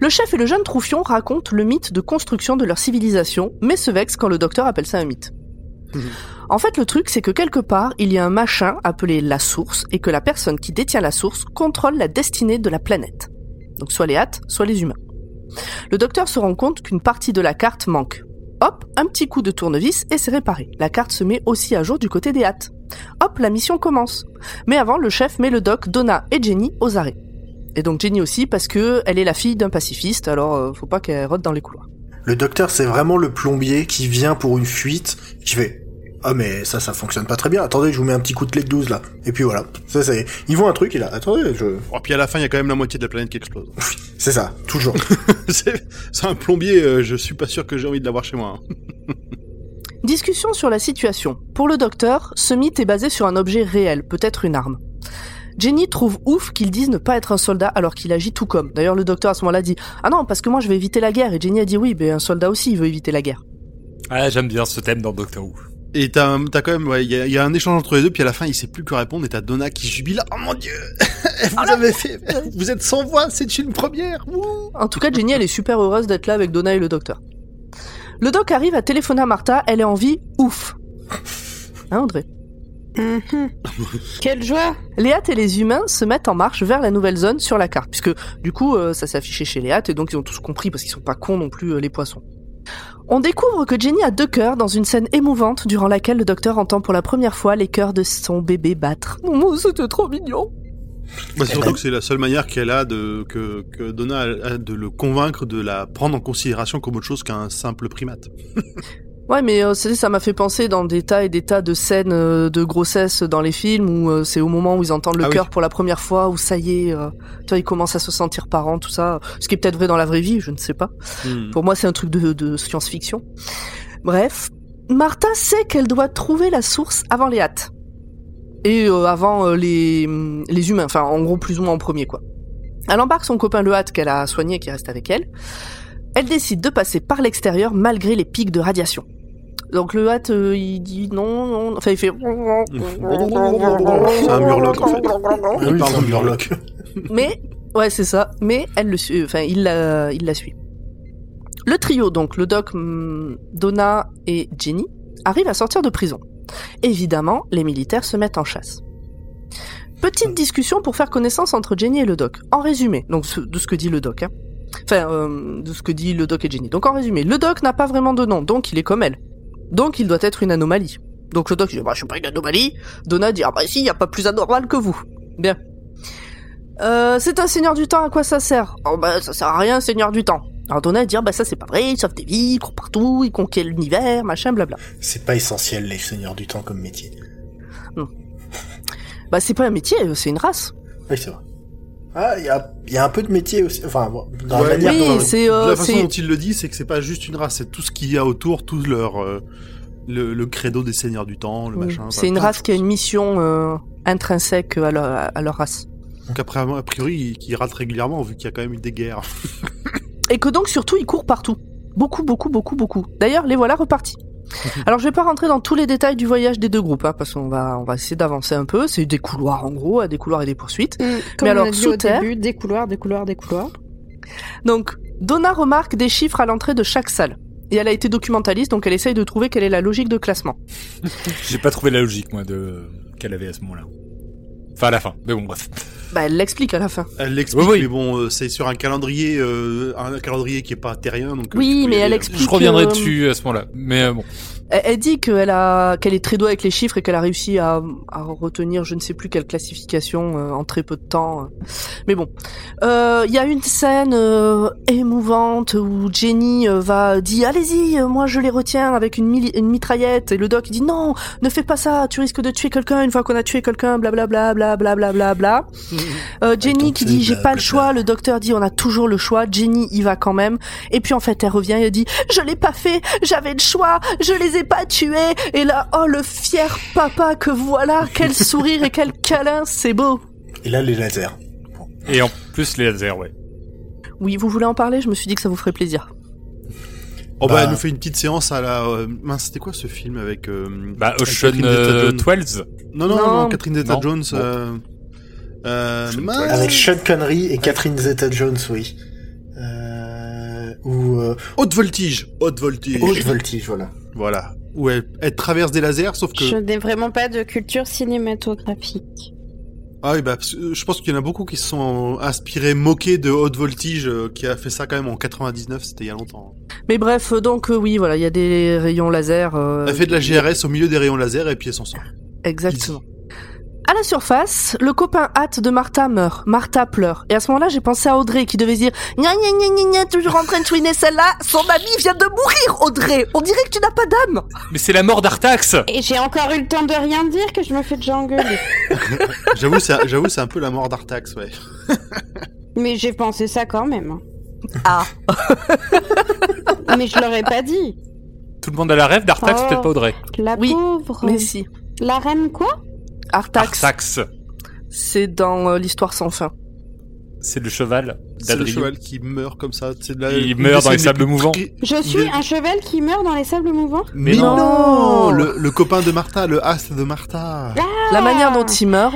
S1: Le chef et le jeune Troufion racontent le mythe de construction de leur civilisation, mais se vexent quand le docteur appelle ça un mythe. En fait, le truc, c'est que quelque part, il y a un machin appelé la source et que la personne qui détient la source contrôle la destinée de la planète. Donc soit les hâtes, soit les humains. Le docteur se rend compte qu'une partie de la carte manque. Hop, un petit coup de tournevis et c'est réparé. La carte se met aussi à jour du côté des hâtes. Hop, la mission commence. Mais avant, le chef met le doc, Donna et Jenny aux arrêts. Et donc Jenny aussi parce que elle est la fille d'un pacifiste, alors euh, faut pas qu'elle rote dans les couloirs.
S4: Le docteur, c'est vraiment le plombier qui vient pour une fuite, qui fait Ah, mais ça, ça fonctionne pas très bien. Attendez, je vous mets un petit coup de clé de 12 là. Et puis voilà. Ça, c'est. Ils voient un truc, et là, attendez, je.
S2: Oh, puis à la fin, il y a quand même la moitié de la planète qui explose.
S4: C'est ça, toujours.
S2: c'est c'est un plombier, euh, je suis pas sûr que j'ai envie de l'avoir chez moi. hein.
S1: Discussion sur la situation. Pour le docteur, ce mythe est basé sur un objet réel, peut-être une arme. Jenny trouve ouf qu'il dise ne pas être un soldat alors qu'il agit tout comme. D'ailleurs, le docteur à ce moment-là dit Ah non, parce que moi je vais éviter la guerre. Et Jenny a dit Oui, mais un soldat aussi, il veut éviter la guerre.
S3: Ah, j'aime bien ce thème dans Doctor Who.
S2: Et t'as un- t'as quand même, ouais, il y, a- il y a un échange entre les deux, puis à la fin, il sait plus que répondre, et t'as Donna qui jubile. Oh mon dieu! vous
S4: Ah,
S2: avez fait, vous êtes sans voix, c'est une première! Wouh
S1: En tout cas, Jenny, elle est super heureuse d'être là avec Donna et le docteur. Le doc arrive à téléphoner à Martha, elle est en vie, ouf. Hein, André
S5: Mhm. Quelle joie
S1: Les hâtes et les humains se mettent en marche vers la nouvelle zone sur la carte, puisque du coup euh, ça s'est affiché chez les hâtes et donc ils ont tous compris parce qu'ils sont pas cons non plus euh, les poissons. On découvre que Jenny a deux cœurs dans une scène émouvante durant laquelle le docteur entend pour la première fois les cœurs de son bébé battre. Mon c'était trop mignon.
S2: Bah, c'est surtout que c'est la seule manière qu'elle a de, que, que Donna a a de le convaincre de la prendre en considération comme autre chose qu'un simple primate.
S1: Ouais mais euh, c'est- ça m'a fait penser dans des tas et des tas de scènes euh, de grossesse dans les films où euh, c'est au moment où ils entendent le
S2: Ah oui.
S1: cœur pour la première fois où ça y est, euh, tu vois ils commencent à se sentir parents tout ça, ce qui est peut-être vrai dans la vraie vie, je ne sais pas.
S2: Mm. Hmm.
S1: Pour moi, c'est un truc de, de science-fiction. Bref, Martha sait qu'elle doit trouver la source avant les hâtes. Et euh, avant euh, les, hum, les humains, enfin en gros plus ou moins en premier quoi. Elle embarque son copain le hâte qu'elle a soigné qui reste avec elle. Elle décide de passer par l'extérieur malgré les pics de radiation. Donc le hâte, euh, il dit non, non, enfin il fait...
S2: C'est un murloc en fait.
S4: Il
S2: parle de Murloc.
S1: Mais, ouais, c'est ça. Mais elle le suit. Enfin, il la, il la suit. Le trio, donc, le doc, hmm, Donna et Jenny, arrivent à sortir de prison. Évidemment, les militaires se mettent en chasse. Petite discussion pour faire connaissance entre Jenny et le doc. En résumé, donc ce- de ce que dit le doc. hein. Enfin, euh, de ce que dit le doc et Jenny. Donc en résumé, le doc n'a pas vraiment de nom, donc il est comme elle. Donc il doit être une anomalie. Donc le doc dit, bah, je suis pas une anomalie. Donna dit, ah bah si, y a pas plus anormal que vous. Bien. Euh, c'est un seigneur du temps, à quoi ça sert Oh bah ça sert à rien, seigneur du temps. Alors Donna dit, bah ça c'est pas vrai, il sauve des vies, il court partout, il conquiert l'univers, machin, blabla.
S4: C'est pas essentiel, les seigneurs du temps comme métier.
S1: Bah c'est pas un métier, euh, c'est une race.
S4: Oui, c'est vrai. Ah, il y a, il y a un peu de métier aussi. Enfin, bon, dans
S2: Ouais,
S4: la manière
S1: oui,
S4: dont-
S1: c'est,
S2: De
S1: euh,
S2: la façon
S1: c'est-
S2: dont il le dit, c'est que c'est pas juste une race, c'est tout ce qu'il y a autour, tout leur, euh, le, le credo des seigneurs du temps, le machin.
S1: c'est
S2: voilà,
S1: une
S2: plein de
S1: race qui a
S2: choses.
S1: une mission euh, intrinsèque à leur, à leur race.
S2: Donc après, a priori, qui rate régulièrement vu qu'il y a quand même eu des guerres.
S1: Et que donc surtout ils courent partout. Beaucoup, beaucoup, beaucoup, beaucoup. D'ailleurs, les voilà repartis. Alors je vais pas rentrer dans tous les détails du voyage des deux groupes, hein, parce qu'on va, on va essayer d'avancer un peu. C'est des couloirs en gros, des couloirs et des poursuites.
S5: Mm. Comme
S1: alors,
S5: on a dit
S1: sous
S5: au
S1: terre-
S5: début, des couloirs, des couloirs, des couloirs.
S1: Donc, Donna remarque des chiffres à l'entrée de chaque salle. Et elle a été documentaliste, donc elle essaye de trouver quelle est la logique de classement.
S3: J'ai pas trouvé la logique, moi, de qu'elle avait à ce moment-là. Enfin, à la fin. Mais bon, bref.
S1: Bah, elle l'explique à la fin.
S2: Elle l'explique,
S3: Oui, oui.
S2: mais bon, euh, c'est sur un calendrier, euh, un calendrier qui est pas terrien, donc. euh, tu
S1: Oui,
S2: peux y
S1: mais elle
S2: aller, euh,
S1: explique.
S3: Je reviendrai
S1: euh,
S3: dessus à ce moment-là. Mais euh, bon.
S1: Elle, elle dit qu'elle a, qu'elle est très douée avec les chiffres et qu'elle a réussi à, à retenir je ne sais plus quelle classification euh, en très peu de temps. Mais bon, Euh, il y a une scène euh, émouvante où Jenny euh, va dit allez-y, euh, moi je les retiens avec une, mili- une mitraillette et le doc il dit non, ne fais pas ça, tu risques de tuer quelqu'un une fois qu'on a tué quelqu'un, blablabla, blablabla, blablabla. Euh, Jenny
S4: tente
S1: qui
S4: de-
S1: dit j'ai
S4: bla,
S1: pas
S4: bla,
S1: le
S4: bla.
S1: choix, le docteur dit on a toujours le choix, Jenny y va quand même. Et puis en fait elle revient et elle dit je l'ai pas fait, j'avais le choix, je les ai pas tués. Et là oh le fier papa que voilà, quel sourire et quel câlin, c'est beau.
S4: Et là, les lasers.
S3: Et en plus, les lasers, ouais.
S1: Oui, vous voulez en parler Je me suis dit que ça vous ferait plaisir.
S2: Oh bah,
S4: Bah.
S2: elle nous fait une petite séance à la. euh, mince, c'était quoi ce film avec. euh,
S3: Bah,
S2: avec
S3: Ocean
S2: Catherine
S3: euh,
S2: Zeta-Jones
S3: 12.
S2: non, non, non,
S1: Non.
S2: Catherine Zeta-Jones.
S3: Non.
S2: euh, euh,
S3: Ocean
S2: mince.
S4: Avec Sean Connery et Catherine Zeta-Jones, oui. Euh, ou euh,
S2: Haute voltige. Haute voltige.
S4: Haute Voltige, voilà.
S2: Voilà. où elle, elle traverse des lasers, sauf que...
S5: Je n'ai vraiment pas de culture cinématographique.
S2: Ah oui, bah, parce que je pense qu'il y en a beaucoup qui se sont inspirés, moqués de Haute Voltige, euh, qui a fait ça quand même en 99, c'était il y a longtemps.
S1: Mais bref, donc euh, oui, voilà, il y a des rayons laser. euh,
S2: Elle fait de la GRS au milieu des rayons laser et puis elle s'en sort.
S1: Exactement. À la surface, le copain hâte de Martha meurt. Martha pleure. Et à ce moment-là, j'ai pensé à Audrey qui devait se dire Gna gna gna gna gna, toujours en train de chouiner celle-là, son ami vient de mourir, Audrey On dirait que tu n'as pas d'âme
S3: Mais c'est la mort d'Artax
S5: Et j'ai encore eu le temps de rien dire que je me fais déjà engueuler.
S2: J'avoue, c'est j'avoue, c'est un peu la mort d'Artax, ouais.
S5: Mais j'ai pensé ça quand même.
S1: Ah.
S5: Mais je l'aurais pas dit.
S3: Tout le monde a la rêve d'Artax,
S5: Oh.
S3: peut-être pas Audrey.
S5: La
S1: Oui,
S5: pauvre.
S1: Mais si.
S5: La reine quoi
S1: Artax,
S3: Artax,
S1: c'est dans euh, l'histoire sans fin.
S3: c'est le cheval
S2: C'est le
S3: d'Adrien.
S2: cheval qui meurt comme ça. c'est de la-
S3: Il
S2: une
S3: meurt dans
S2: des
S3: les
S2: scènes
S3: sables
S2: plus
S3: mouvants.
S2: tri-
S5: Je suis
S2: Il-
S5: un cheval qui meurt dans les sables mouvants
S2: Mais,
S1: Mais
S2: non,
S1: non
S2: le, le copain de Martha, le as de Martha. Ah,
S1: La manière dont il meurt,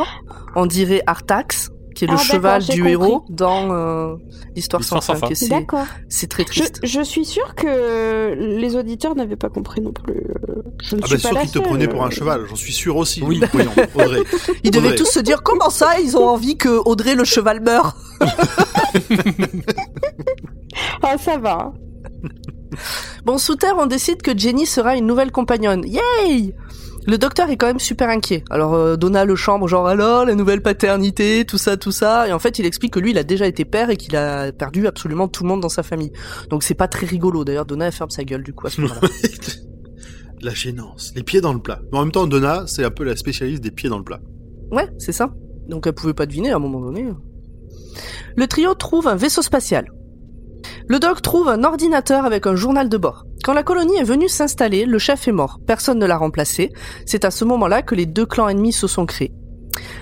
S1: on dirait Artax, qui est le
S5: Ah, d'accord,
S1: cheval
S5: j'ai
S1: du
S5: compris.
S1: héros dans euh, l'histoire sans,
S3: L'histoire sans
S1: fin.
S3: fin.
S1: que c'est-
S5: D'accord.
S1: C'est très
S5: Je,
S1: triste.
S5: je suis sûre que les auditeurs n'avaient pas compris non plus. euh, Je ne
S2: Ah
S5: suis
S2: bah
S5: pas
S2: sûr
S5: la
S2: qu'il te
S5: seule.
S2: prenait pour un cheval, j'en suis sûr aussi.
S3: Oui.
S2: voyons, Audrey.
S1: Ils devaient
S2: Audrey.
S1: tous se dire comment ça, ils ont envie que Audrey le cheval meure.
S5: Ah ça va.
S1: Bon, sous terre, on décide que Jenny sera une nouvelle compagnonne. Yay Le docteur est quand même super inquiet. Alors, euh, Donna le chambre, genre, alors, la nouvelle paternité, tout ça, tout ça. Et en fait, il explique que lui, il a déjà été père et qu'il a perdu absolument tout le monde dans sa famille. Donc, c'est pas très rigolo. D'ailleurs, Donna, elle ferme sa gueule, du coup, à ce moment-là.
S2: la gênance, les pieds dans le plat. Mais en même temps, Donna, c'est un peu la spécialiste des pieds dans le plat.
S1: Ouais, c'est ça. Donc elle pouvait pas deviner à un moment donné. hein. Le trio trouve un vaisseau spatial. Le doc trouve un ordinateur avec un journal de bord. Quand la colonie est venue s'installer, le chef est mort. Personne ne l'a remplacé. C'est à ce moment-là que les deux clans ennemis se sont créés.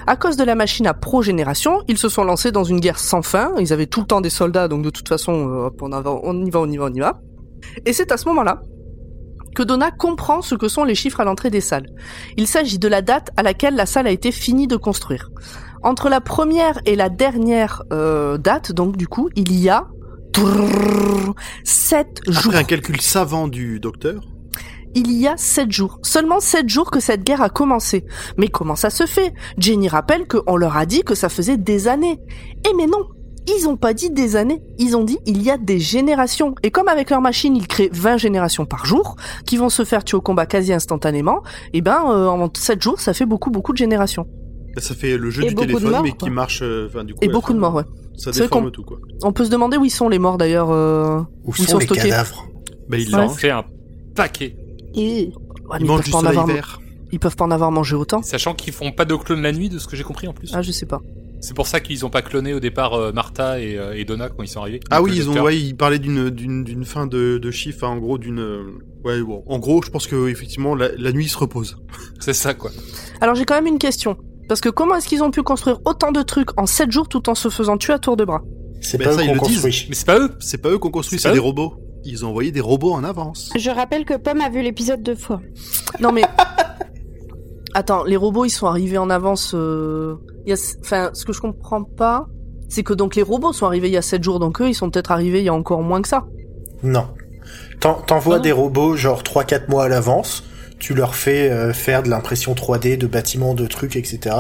S1: À cause de la machine à progénération, ils se sont lancés dans une guerre sans fin. Ils avaient tout le temps des soldats, donc de toute façon, euh, hop, on, en va- on y va, on y va, on y va. Et c'est à ce moment-là que Donna comprend ce que sont les chiffres à l'entrée des salles. Il s'agit de la date à laquelle la salle a été finie de construire. Entre la première et la dernière euh, date, donc du coup, il y a 7 jours.
S2: Après un calcul savant du docteur,
S1: Il y a 7 jours. Seulement 7 jours que cette guerre a commencé. Mais comment ça se fait Jenny rappelle qu'on leur a dit que ça faisait des années. Eh mais non ils ont pas dit des années, ils ont dit il y a des générations. Et comme avec leur machine, ils créent 20 générations par jour, qui vont se faire tuer au combat quasi instantanément, eh ben euh, en 7 jours, ça fait beaucoup beaucoup de générations.
S2: bah, ça fait le jeu
S5: Et
S2: du
S5: beaucoup de
S2: téléphone,
S5: morts,
S2: mais
S5: quoi.
S2: qui marche. euh, Enfin, du coup,
S1: Et
S2: à la
S1: beaucoup
S2: fin,
S1: de morts, ouais.
S2: Ça
S1: C'est vrai
S2: déforme
S1: qu'on-
S2: tout, quoi.
S1: On peut se demander où ils sont les morts d'ailleurs. euh.
S4: Où
S1: Ils
S4: sont,
S1: sont
S4: les
S1: stockés.
S4: cadavres
S2: Bah, il
S3: Il en
S2: mange.
S3: fait un paquet.
S1: Ouais, mais
S2: Il mange du
S1: en
S2: soleil
S1: avoir...
S2: vert.
S1: ils peuvent pas en avoir mangé autant.
S3: Sachant qu'ils font pas de clones la nuit, de ce que j'ai compris en plus.
S1: Ah, je sais pas.
S3: C'est pour ça qu'ils ont pas cloné au départ euh, Martha et, euh, et Donna quand ils sont arrivés.
S2: Ah oui,
S3: Le
S2: ils ont,
S3: docteur.
S2: ouais, ils parlaient d'une, d'une, d'une fin de, de chiffre, hein, en gros, d'une, euh, ouais, bon. En gros, je pense que, effectivement, la, la nuit, ils se repose.
S3: C'est ça quoi.
S1: Alors j'ai quand même une question. Parce que comment est-ce qu'ils ont pu construire autant de trucs en 7 jours tout en se faisant tuer à tour de bras
S4: C'est
S2: Ben
S4: pas
S2: ça,
S4: eux
S2: ils
S4: qu'on
S2: le disent.
S4: construit.
S3: Mais c'est pas eux.
S2: C'est pas eux qu'on construit,
S3: C'est
S2: c'est
S3: pas
S2: des
S3: eux
S2: robots. Ils ont envoyé des robots en avance.
S5: Je rappelle que Pomme a vu l'épisode deux fois.
S1: Non mais... Attends, les robots ils sont arrivés en avance... euh, il y a- Enfin, ce que je comprends pas, c'est que donc les robots sont arrivés il y a 7 jours, donc eux ils sont peut-être arrivés il y a encore moins que ça.
S4: Non. T'en- T'envoies
S1: Ah.
S4: des robots genre 3-4 mois à l'avance, tu leur fais euh, faire de l'impression 3D de bâtiments, de trucs, etc.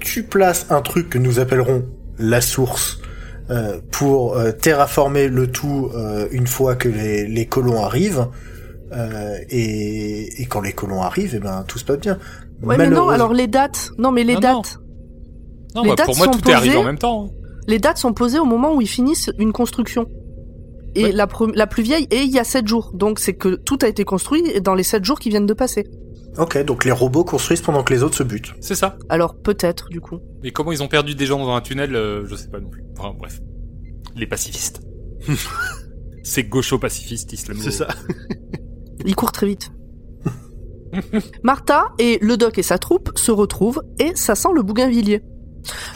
S4: Tu places un truc que nous appellerons la source euh, pour euh, terraformer le tout euh, une fois que les, les colons arrivent. Euh, et, et quand les colons arrivent, et ben tout se passe bien.
S1: Ouais mais non,
S4: Malheureusement-
S1: alors les dates... Non mais les
S3: Non, non.
S1: dates...
S3: Non,
S1: Les
S3: bah,
S1: dates
S3: pour moi
S1: sont
S3: tout est arrivé
S1: posées.
S3: en même temps. hein.
S1: Les dates sont posées au moment où ils finissent une construction. Et
S3: Ouais.
S1: la, pre- la plus vieille est il y a 7 jours. Donc c'est que tout a été construit dans les 7 jours qui viennent de passer.
S4: Ok, donc les robots construisent pendant que les autres se butent.
S3: C'est ça.
S1: Alors peut-être du coup.
S3: Mais comment ils ont perdu des gens dans un tunnel, euh, je sais pas non plus. Enfin bref. Les pacifistes. c'est gaucho-pacifiste islamo.
S2: C'est ça.
S1: Il court très vite. Martha et le doc et sa troupe se retrouvent et ça sent le bougainvillier.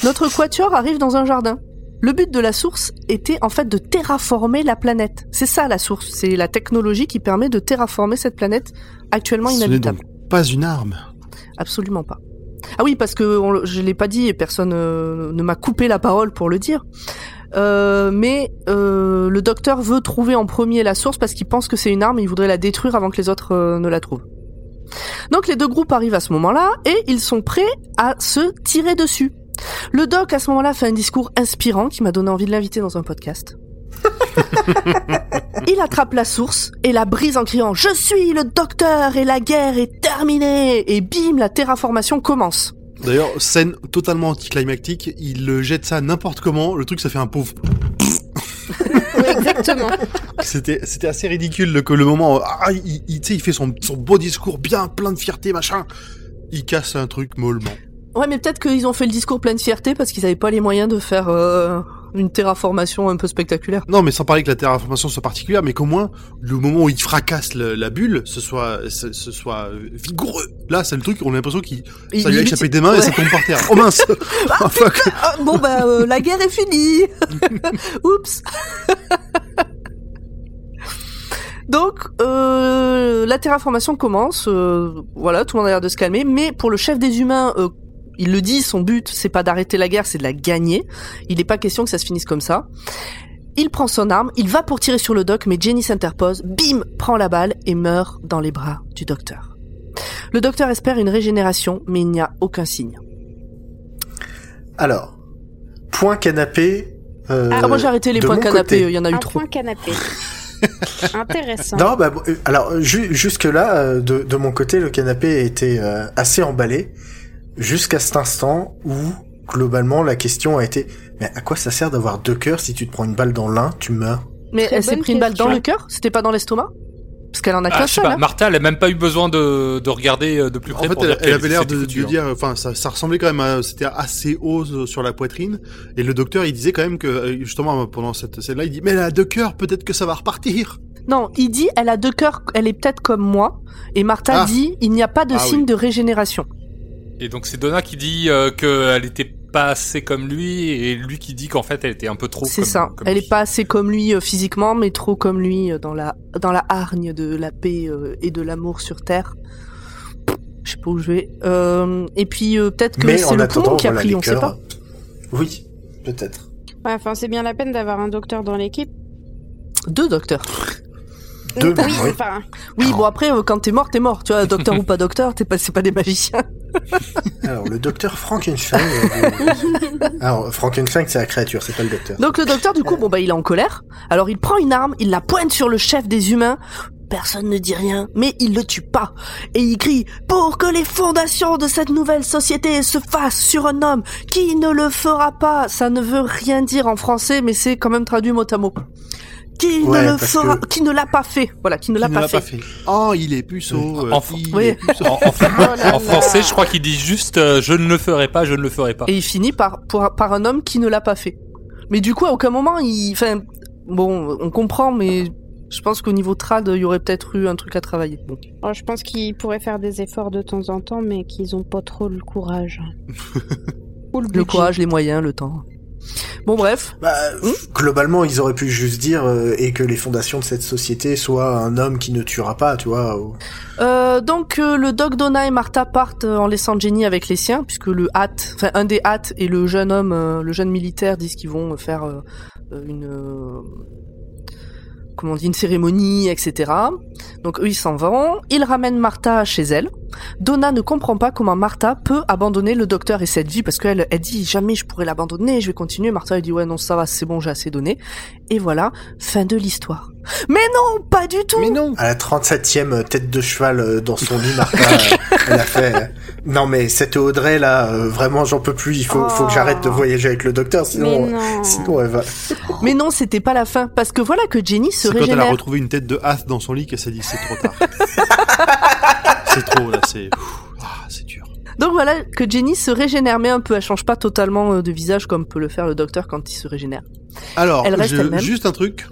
S1: Notre quatuor arrive dans un jardin. Le but de la source était en fait de terraformer la planète. C'est ça la source, c'est la technologie qui permet de terraformer cette planète actuellement
S2: Ce n'est
S1: inhabitable.
S2: donc pas une arme.
S1: Absolument pas. Ah oui, parce que on le- je l'ai pas dit et personne euh, ne m'a coupé la parole pour le dire. Euh, mais euh, le docteur veut trouver en premier la source parce qu'il pense que c'est une arme et il voudrait la détruire avant que les autres euh, ne la trouvent. Donc les deux groupes arrivent à ce moment-là et ils sont prêts à se tirer dessus. Le doc à ce moment-là fait un discours inspirant qui m'a donné envie de l'inviter dans un podcast. il attrape la source et la brise en criant Je suis le docteur et la guerre est terminée Et bim, la terraformation commence.
S2: D'ailleurs, scène totalement anticlimactique, il euh, jette ça n'importe comment, le truc ça fait un pauvre.
S5: Oui, exactement.
S2: C'était c'était assez ridicule le, le moment. euh, Ah, il, il, tu sais, il fait son, son beau discours bien plein de fierté, machin. Il casse un truc mollement.
S1: Ouais, mais peut-être qu'ils ont fait le discours plein de fierté parce qu'ils n'avaient pas les moyens de faire euh, une terraformation un peu spectaculaire.
S2: Non, mais sans parler que la terraformation soit particulière, mais qu'au moins, le moment où il fracasse le- la bulle, ce soit, ce, ce soit euh, vigoureux. Là, c'est le truc, on a l'impression qu'il
S1: Il-
S2: ça lui a
S1: il-
S2: échappé des mains et
S1: Ouais.
S2: ça tombe par terre. Oh mince Ah, fuck.
S1: Ah, bon bah euh, la guerre est finie. Oups. Donc euh, la terraformation commence. euh, voilà, tout le monde a l'air de se calmer. Mais pour le chef des humains, euh, il le dit, son but c'est pas d'arrêter la guerre, c'est de la gagner. Il n'est pas question que ça se finisse comme ça. Il prend son arme, il va pour tirer sur le doc, mais Jenny s'interpose, bim, prend la balle et meurt dans les bras du docteur. Le docteur espère une régénération, mais il n'y a aucun signe.
S4: Alors, point canapé. euh,
S1: Ah, moi j'ai arrêté les
S4: de
S1: points
S4: mon
S1: canapés,
S4: côté.
S1: il y en a eu
S5: Un
S1: trop.
S5: point canapé. Intéressant.
S4: Non, bah, bon, euh, alors ju- jusque là, euh, de, de mon côté, le canapé était euh, assez emballé jusqu'à cet instant où globalement la question a été mais à quoi ça sert d'avoir deux cœurs si tu te prends une balle dans l'un, tu meurs.
S1: Mais
S5: Très
S1: elle s'est
S5: bonne
S1: pris une balle dans
S5: question.
S1: le cœur C'était pas dans l'estomac Parce qu'elle en a
S3: Ah,
S1: qu'un
S3: je sais
S1: seul.
S3: pas,
S1: hein.
S3: Martha, elle a même pas eu besoin de, de regarder euh, de plus
S2: En
S3: près
S2: fait,
S3: pour
S2: elle,
S3: dire
S2: elle
S3: qu'elle
S2: avait l'air de,
S3: s'était
S2: de
S3: foutue,
S2: dire,
S3: hein.
S2: enfin, ça, ça ressemblait quand même à, c'était assez haut euh, sur la poitrine. Et le docteur, il disait quand même que, euh, justement, pendant cette scène-là, il dit, mais elle a deux cœurs, peut-être que ça va repartir.
S1: hein. Non, il dit elle a deux cœurs, elle est peut-être comme moi. Et Martha
S2: Ah.
S1: dit il n'y a pas de
S2: Ah
S1: signe
S2: oui.
S1: de régénération.
S3: Et donc c'est Donna qui dit euh, qu'elle était pas assez comme lui, et lui qui dit qu'en fait elle était un peu trop.
S1: C'est
S3: comme-
S1: ça.
S3: comme
S1: elle
S3: lui.
S1: est pas assez comme lui euh, physiquement, mais trop comme lui euh, dans la, dans la hargne de la paix euh, et de l'amour sur Terre. Je sais pas où je vais. Euh, et puis euh, peut-être que
S4: mais
S1: c'est
S4: en
S1: le pont
S4: attendant,
S1: qui a
S4: voilà
S1: pris,
S4: les
S1: on sait
S4: cœurs.
S1: pas.
S4: Oui, peut-être.
S5: Ouais, enfin, c'est bien la peine d'avoir un docteur dans l'équipe.
S1: Deux docteurs.
S4: Deux,
S5: oui,
S4: Ah oui.
S5: enfin,
S1: Oui, bon après, euh, quand t'es mort, t'es mort. Tu vois, docteur ou pas docteur, t'es pas, c'est pas des magiciens.
S4: Alors le docteur Frankenstein. euh, Alors Frankenstein, c'est la créature, c'est pas le docteur.
S1: Donc le docteur, du coup, bon bah il est en colère. Alors il prend une arme, il la pointe sur le chef des humains. Personne ne dit rien, mais il le tue pas. Et il crie pour que les fondations de cette nouvelle société se fassent sur un homme qui ne le fera pas. Ça ne veut rien dire en français, mais c'est quand même traduit mot à mot. Qui
S4: Ouais,
S1: ne le
S4: parce
S1: fera,
S4: que-
S1: qui ne l'a pas fait. Voilà, qui ne l'a
S2: Il
S1: pas,
S2: l'a
S1: fait.
S2: Oh, il est puceau. euh,
S3: En fr-
S2: il
S1: Oui.
S2: est puceau.
S3: En,
S5: euh,
S3: en- en français, je crois qu'il dit juste euh, je ne le ferai pas, je ne le ferai pas.
S1: Et il finit par pour- par un homme qui ne l'a pas fait. Mais du coup, à aucun moment, il, enfin, bon, on comprend, mais je pense qu'au niveau trad, il y aurait peut-être eu un truc à travailler. Bon.
S5: oh, je pense qu'ils pourraient faire des efforts de temps en temps, mais qu'ils ont pas trop le courage. Ou le,
S1: Le
S5: budget.
S1: courage, les moyens, le temps. Bon, bref.
S4: Bah,
S1: hmm.
S4: globalement, ils auraient pu juste dire euh, et que les fondations de cette société soient un homme qui ne tuera pas, tu vois. ou-
S1: Euh, donc, euh, le Doc Donna et Martha partent euh, en laissant Jenny avec les siens, puisque le Hat, enfin, un des Hat et le jeune homme, euh, le jeune militaire disent qu'ils vont faire euh, euh, une. euh, comment on dit, une cérémonie, etc. Donc, eux, ils s'en vont. Ils ramènent Martha chez elle. Donna ne comprend pas comment Martha peut abandonner le docteur et cette vie, parce qu'elle, elle dit jamais je pourrais l'abandonner, je vais continuer. Martha, elle dit ouais, non, ça va, c'est bon, j'ai assez donné. Et voilà, fin de l'histoire. Mais non, pas du tout!
S2: non.
S4: À la 37e euh, tête de cheval euh, dans son lit, Martha, euh, elle a fait. euh, non mais cette Audrey là, euh, vraiment j'en peux plus. Il faut, faut que j'arrête de voyager avec le docteur,
S5: Oh. Mais
S4: sinon, euh,
S5: non.
S4: sinon elle va.
S1: Mais non, c'était pas la fin, parce que voilà que Jenny se
S2: C'est quand elle a
S1: régénère.
S2: retrouvé une tête de hâte dans son lit qu'elle s'est dit c'est trop tard. c'est trop là, c'est ah, c'est dur.
S1: Donc voilà que Jenny se régénère, mais un peu, elle change pas totalement euh, de visage comme peut le faire le docteur quand il se régénère.
S2: Alors,
S1: Elle reste
S2: je-
S1: elle-même.
S2: juste un truc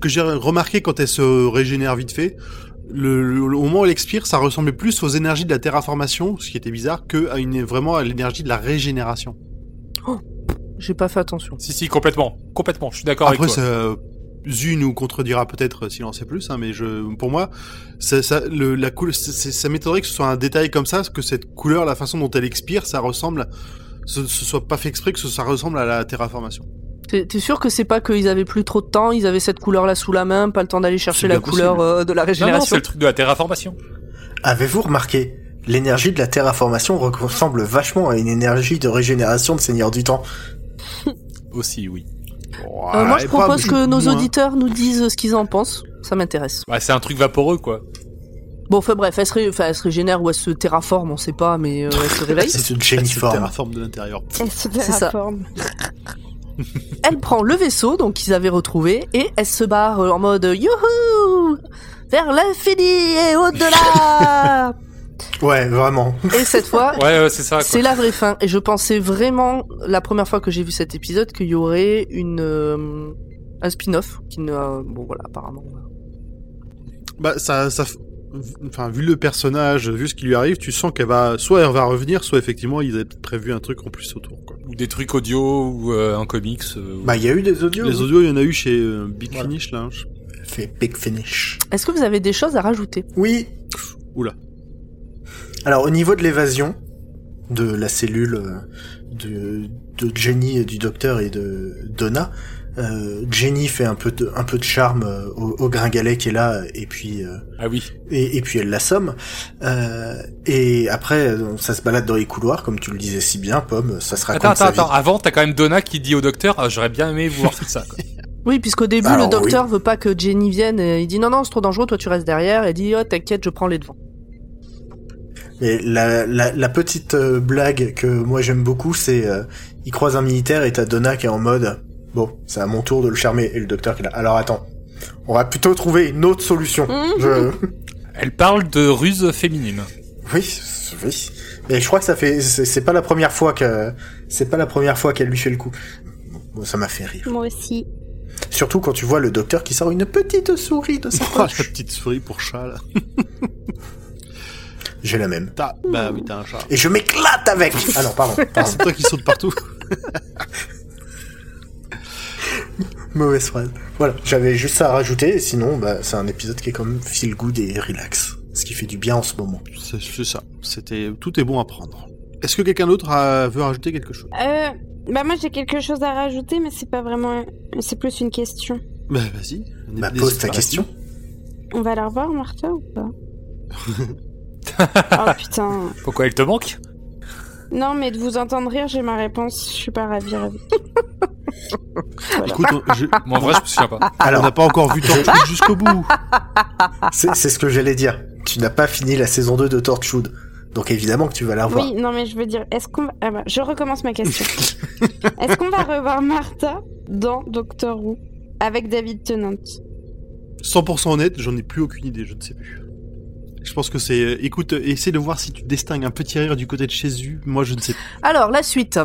S2: que j'ai remarqué quand elle se régénère vite fait. Le, le- au moment où elle expire, ça ressemblait plus aux énergies de la terraformation, ce qui était bizarre, que à une, vraiment à l'énergie de la régénération.
S1: J'ai pas fait attention.
S3: Si, si, complètement. Complètement, je suis d'accord avec
S2: Après,
S3: toi.
S2: ça, Zu nous contredira peut-être s'il en sait plus, hein, mais je, pour moi, ça, ça, le- la couleur, ça m'étonnerait que ce soit un détail comme ça, que cette couleur, la façon dont elle expire, ça ressemble, ce, ce soit pas fait exprès, que ce- ça ressemble à la terraformation.
S1: T'es t'es sûr que c'est pas qu'ils avaient plus trop de temps, ils avaient cette couleur là sous la main, pas le temps d'aller chercher la
S2: bien possible.
S1: couleur euh, de la
S3: Non, non,
S1: régénération
S3: c'est le truc de la terraformation.
S4: Avez-vous remarqué L'énergie de la terraformation ressemble vachement à une énergie de régénération de Seigneur du Temps.
S3: Aussi, oui.
S1: Euh, Moi
S2: Ouais,
S1: je
S2: Ah, pas
S1: propose
S2: beaucoup
S1: que nos
S2: moins.
S1: auditeurs nous disent ce qu'ils en pensent, ça m'intéresse.
S3: Bah, c'est un truc vaporeux, quoi.
S1: Bon, enfin bref, elle se, ré- enfin, elle se régénère ou elle se terraforme, on sait pas, mais euh, elle se réveille.
S4: Ah, C'est une
S2: Elle se
S4: géniforme.
S2: terraforme de l'intérieur.
S5: C'est
S1: ça. Elle prend le vaisseau, donc qu'ils avaient retrouvé, et elle se barre euh, en mode youhou vers l'infini et au-delà.
S4: Ouais, vraiment.
S1: et cette fois,
S3: Ouais, ouais, c'est ça, quoi.
S1: c'est la vraie fin. Et je pensais vraiment, la première fois que j'ai vu cet épisode, qu'il y aurait une euh, un spin-off qui ne, euh, bon voilà, apparemment.
S2: Bah, ça, ça, f- enfin, vu le personnage, vu ce qui lui arrive, tu sens qu'elle va, soit elle va revenir, soit effectivement, ils avaient prévu un truc en plus autour, quoi.
S3: Ou des trucs audio, ou euh, un comics. euh, ou-
S4: Bah, il y a eu des audios.
S2: Les audios, il y en a eu chez euh, Big Finish, là. hein. Je-
S4: Fait big finish.
S1: Est-ce que vous avez des choses à rajouter
S4: Oui.
S2: Oula.
S4: Alors, au niveau de l'évasion de la cellule euh, de, de Jenny, et du docteur et de Donna, euh, Jenny fait un peu de, un peu de charme euh, au, au gringalet qui est là, et puis euh,
S3: Ah oui.
S4: et, et puis elle l'assomme. Euh, et après, euh, ça se balade dans les couloirs, comme tu le disais si bien, Pomme, ça se raconte
S3: Attends,
S4: bah, sa
S3: attends,
S4: vie.
S3: attends. Avant, t'as quand même Donna qui dit au docteur, Ah, j'aurais bien aimé voir faire ça, quoi.
S1: Oui, puisqu'au début le
S4: Alors,
S1: docteur veut pas que Jenny vienne. et il dit non non, c'est trop dangereux, toi tu restes derrière. Elle dit oh t'inquiète, je prends les devants.
S4: Mais la, la, la petite euh, blague que moi j'aime beaucoup, c'est euh, il croise un militaire et t'as Donna qui est en mode bon, c'est à mon tour de le charmer et le docteur qui est là. Alors attends, on va plutôt trouver une autre solution. Je...
S3: Elle parle de ruse féminine.
S4: Oui, c'est- oui. Mais je crois que ça fait c'est c'est pas la première fois que c'est pas la première fois qu'elle lui fait le coup. Bon, ça m'a fait rire.
S5: Moi aussi.
S4: Surtout quand tu vois le docteur qui sort une petite souris de sa
S2: Oh, la
S4: poche.
S2: petite souris pour chat, là.
S4: J'ai la même.
S2: T'as- Bah oui, t'as un chat.
S4: Et je m'éclate avec. Ah non, pardon. pardon.
S2: C'est toi qui saute partout.
S4: Mauvaise phrase. Voilà, j'avais juste ça à rajouter, et sinon, bah, c'est un épisode qui est quand même feel good et relax. Ce qui fait du bien en ce moment.
S2: C'est c'est ça. C'était, tout est bon à prendre. Est-ce que quelqu'un d'autre a- veut rajouter quelque chose
S5: Euh, bah moi j'ai quelque chose à rajouter, mais c'est pas vraiment. un- C'est plus une question.
S2: Bah vas-y.
S4: Bah,
S2: N'hésite
S4: pose ta
S2: pas.
S4: question.
S5: On va la revoir, Martha, ou pas Oh putain.
S3: Pourquoi elle te manque
S5: Non, mais de vous entendre rire, j'ai ma réponse. Je suis pas ravie. ravie.
S2: Écoute, on, je-
S3: Moi, en vrai, je me souviens pas.
S2: Ah, on
S4: Alors,
S2: n'a pas encore vu Torchwood jusqu'au bout.
S4: c'est c'est ce que j'allais dire. Tu n'as pas fini la saison 2 de Torchwood. Donc évidemment que tu vas la revoir.
S5: Oui, non, mais je veux dire, est-ce qu'on. va- Ah bah, je recommence ma question. est-ce qu'on va revoir Martha dans Doctor Who avec David Tennant
S2: 100% honnête, j'en ai plus aucune idée, je ne sais plus. Je pense que c'est. euh, écoute, euh, essaie de voir si tu distingues un petit rire du côté de Jésus. Moi, je ne sais plus.
S1: Alors la suite,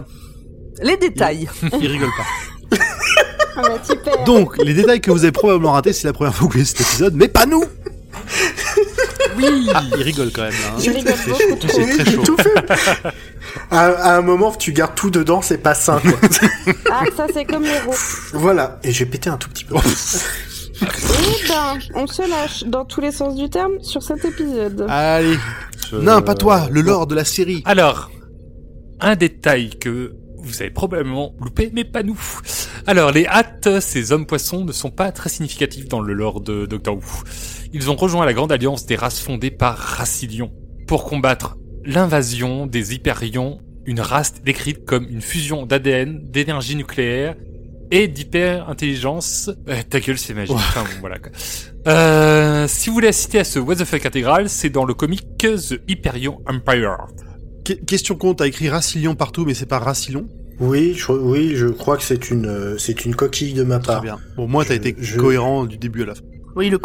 S1: les détails.
S2: Il rigole pas.
S5: Ah bah, super.
S2: Donc, les détails que vous avez probablement ratés, c'est la première fois que vous voyez cet épisode, mais pas nous Oui Ah, il rigole quand même, là. hein.
S5: Il rigole
S2: C'est-
S5: beaucoup trop.
S2: C'est très chaud.
S4: Tout fait. à, à un moment, tu gardes tout dedans, c'est pas sain. quoi.
S5: Ah, ça, c'est comme les roues.
S4: voilà. Et j'ai pété un tout petit peu.
S5: Eh ben, on se lâche dans tous les sens du terme sur cet épisode.
S2: Allez Non, pas toi, le lore de la série
S3: Alors, un détail que vous avez probablement loupé, mais pas nous. Alors, les hâtes, ces hommes-poissons, ne sont pas très significatifs dans le lore de Doctor Who. Ils ont rejoint la grande alliance des races fondée par Rassilion pour combattre l'invasion des Hyperions, une race décrite comme une fusion d'ADN, d'énergie nucléaire et d'hyper-intelligence. Euh, ta gueule, c'est magique. Enfin, bon, voilà, quoi. Euh, si vous voulez assister à ce What the Fuck intégral, c'est dans le comic The Hyperion Empire.
S2: Que- Question con, t'as écrit Racilion partout, mais c'est pas Racilion
S4: Oui, je, oui, je crois que c'est une, euh, c'est une coquille de ma
S2: Très
S4: part.
S2: bien. Bon, moi, t'as
S4: Ah. Je-
S2: été
S4: je-
S2: cohérent du début à la fin.
S1: Oui, le
S4: C'est ça.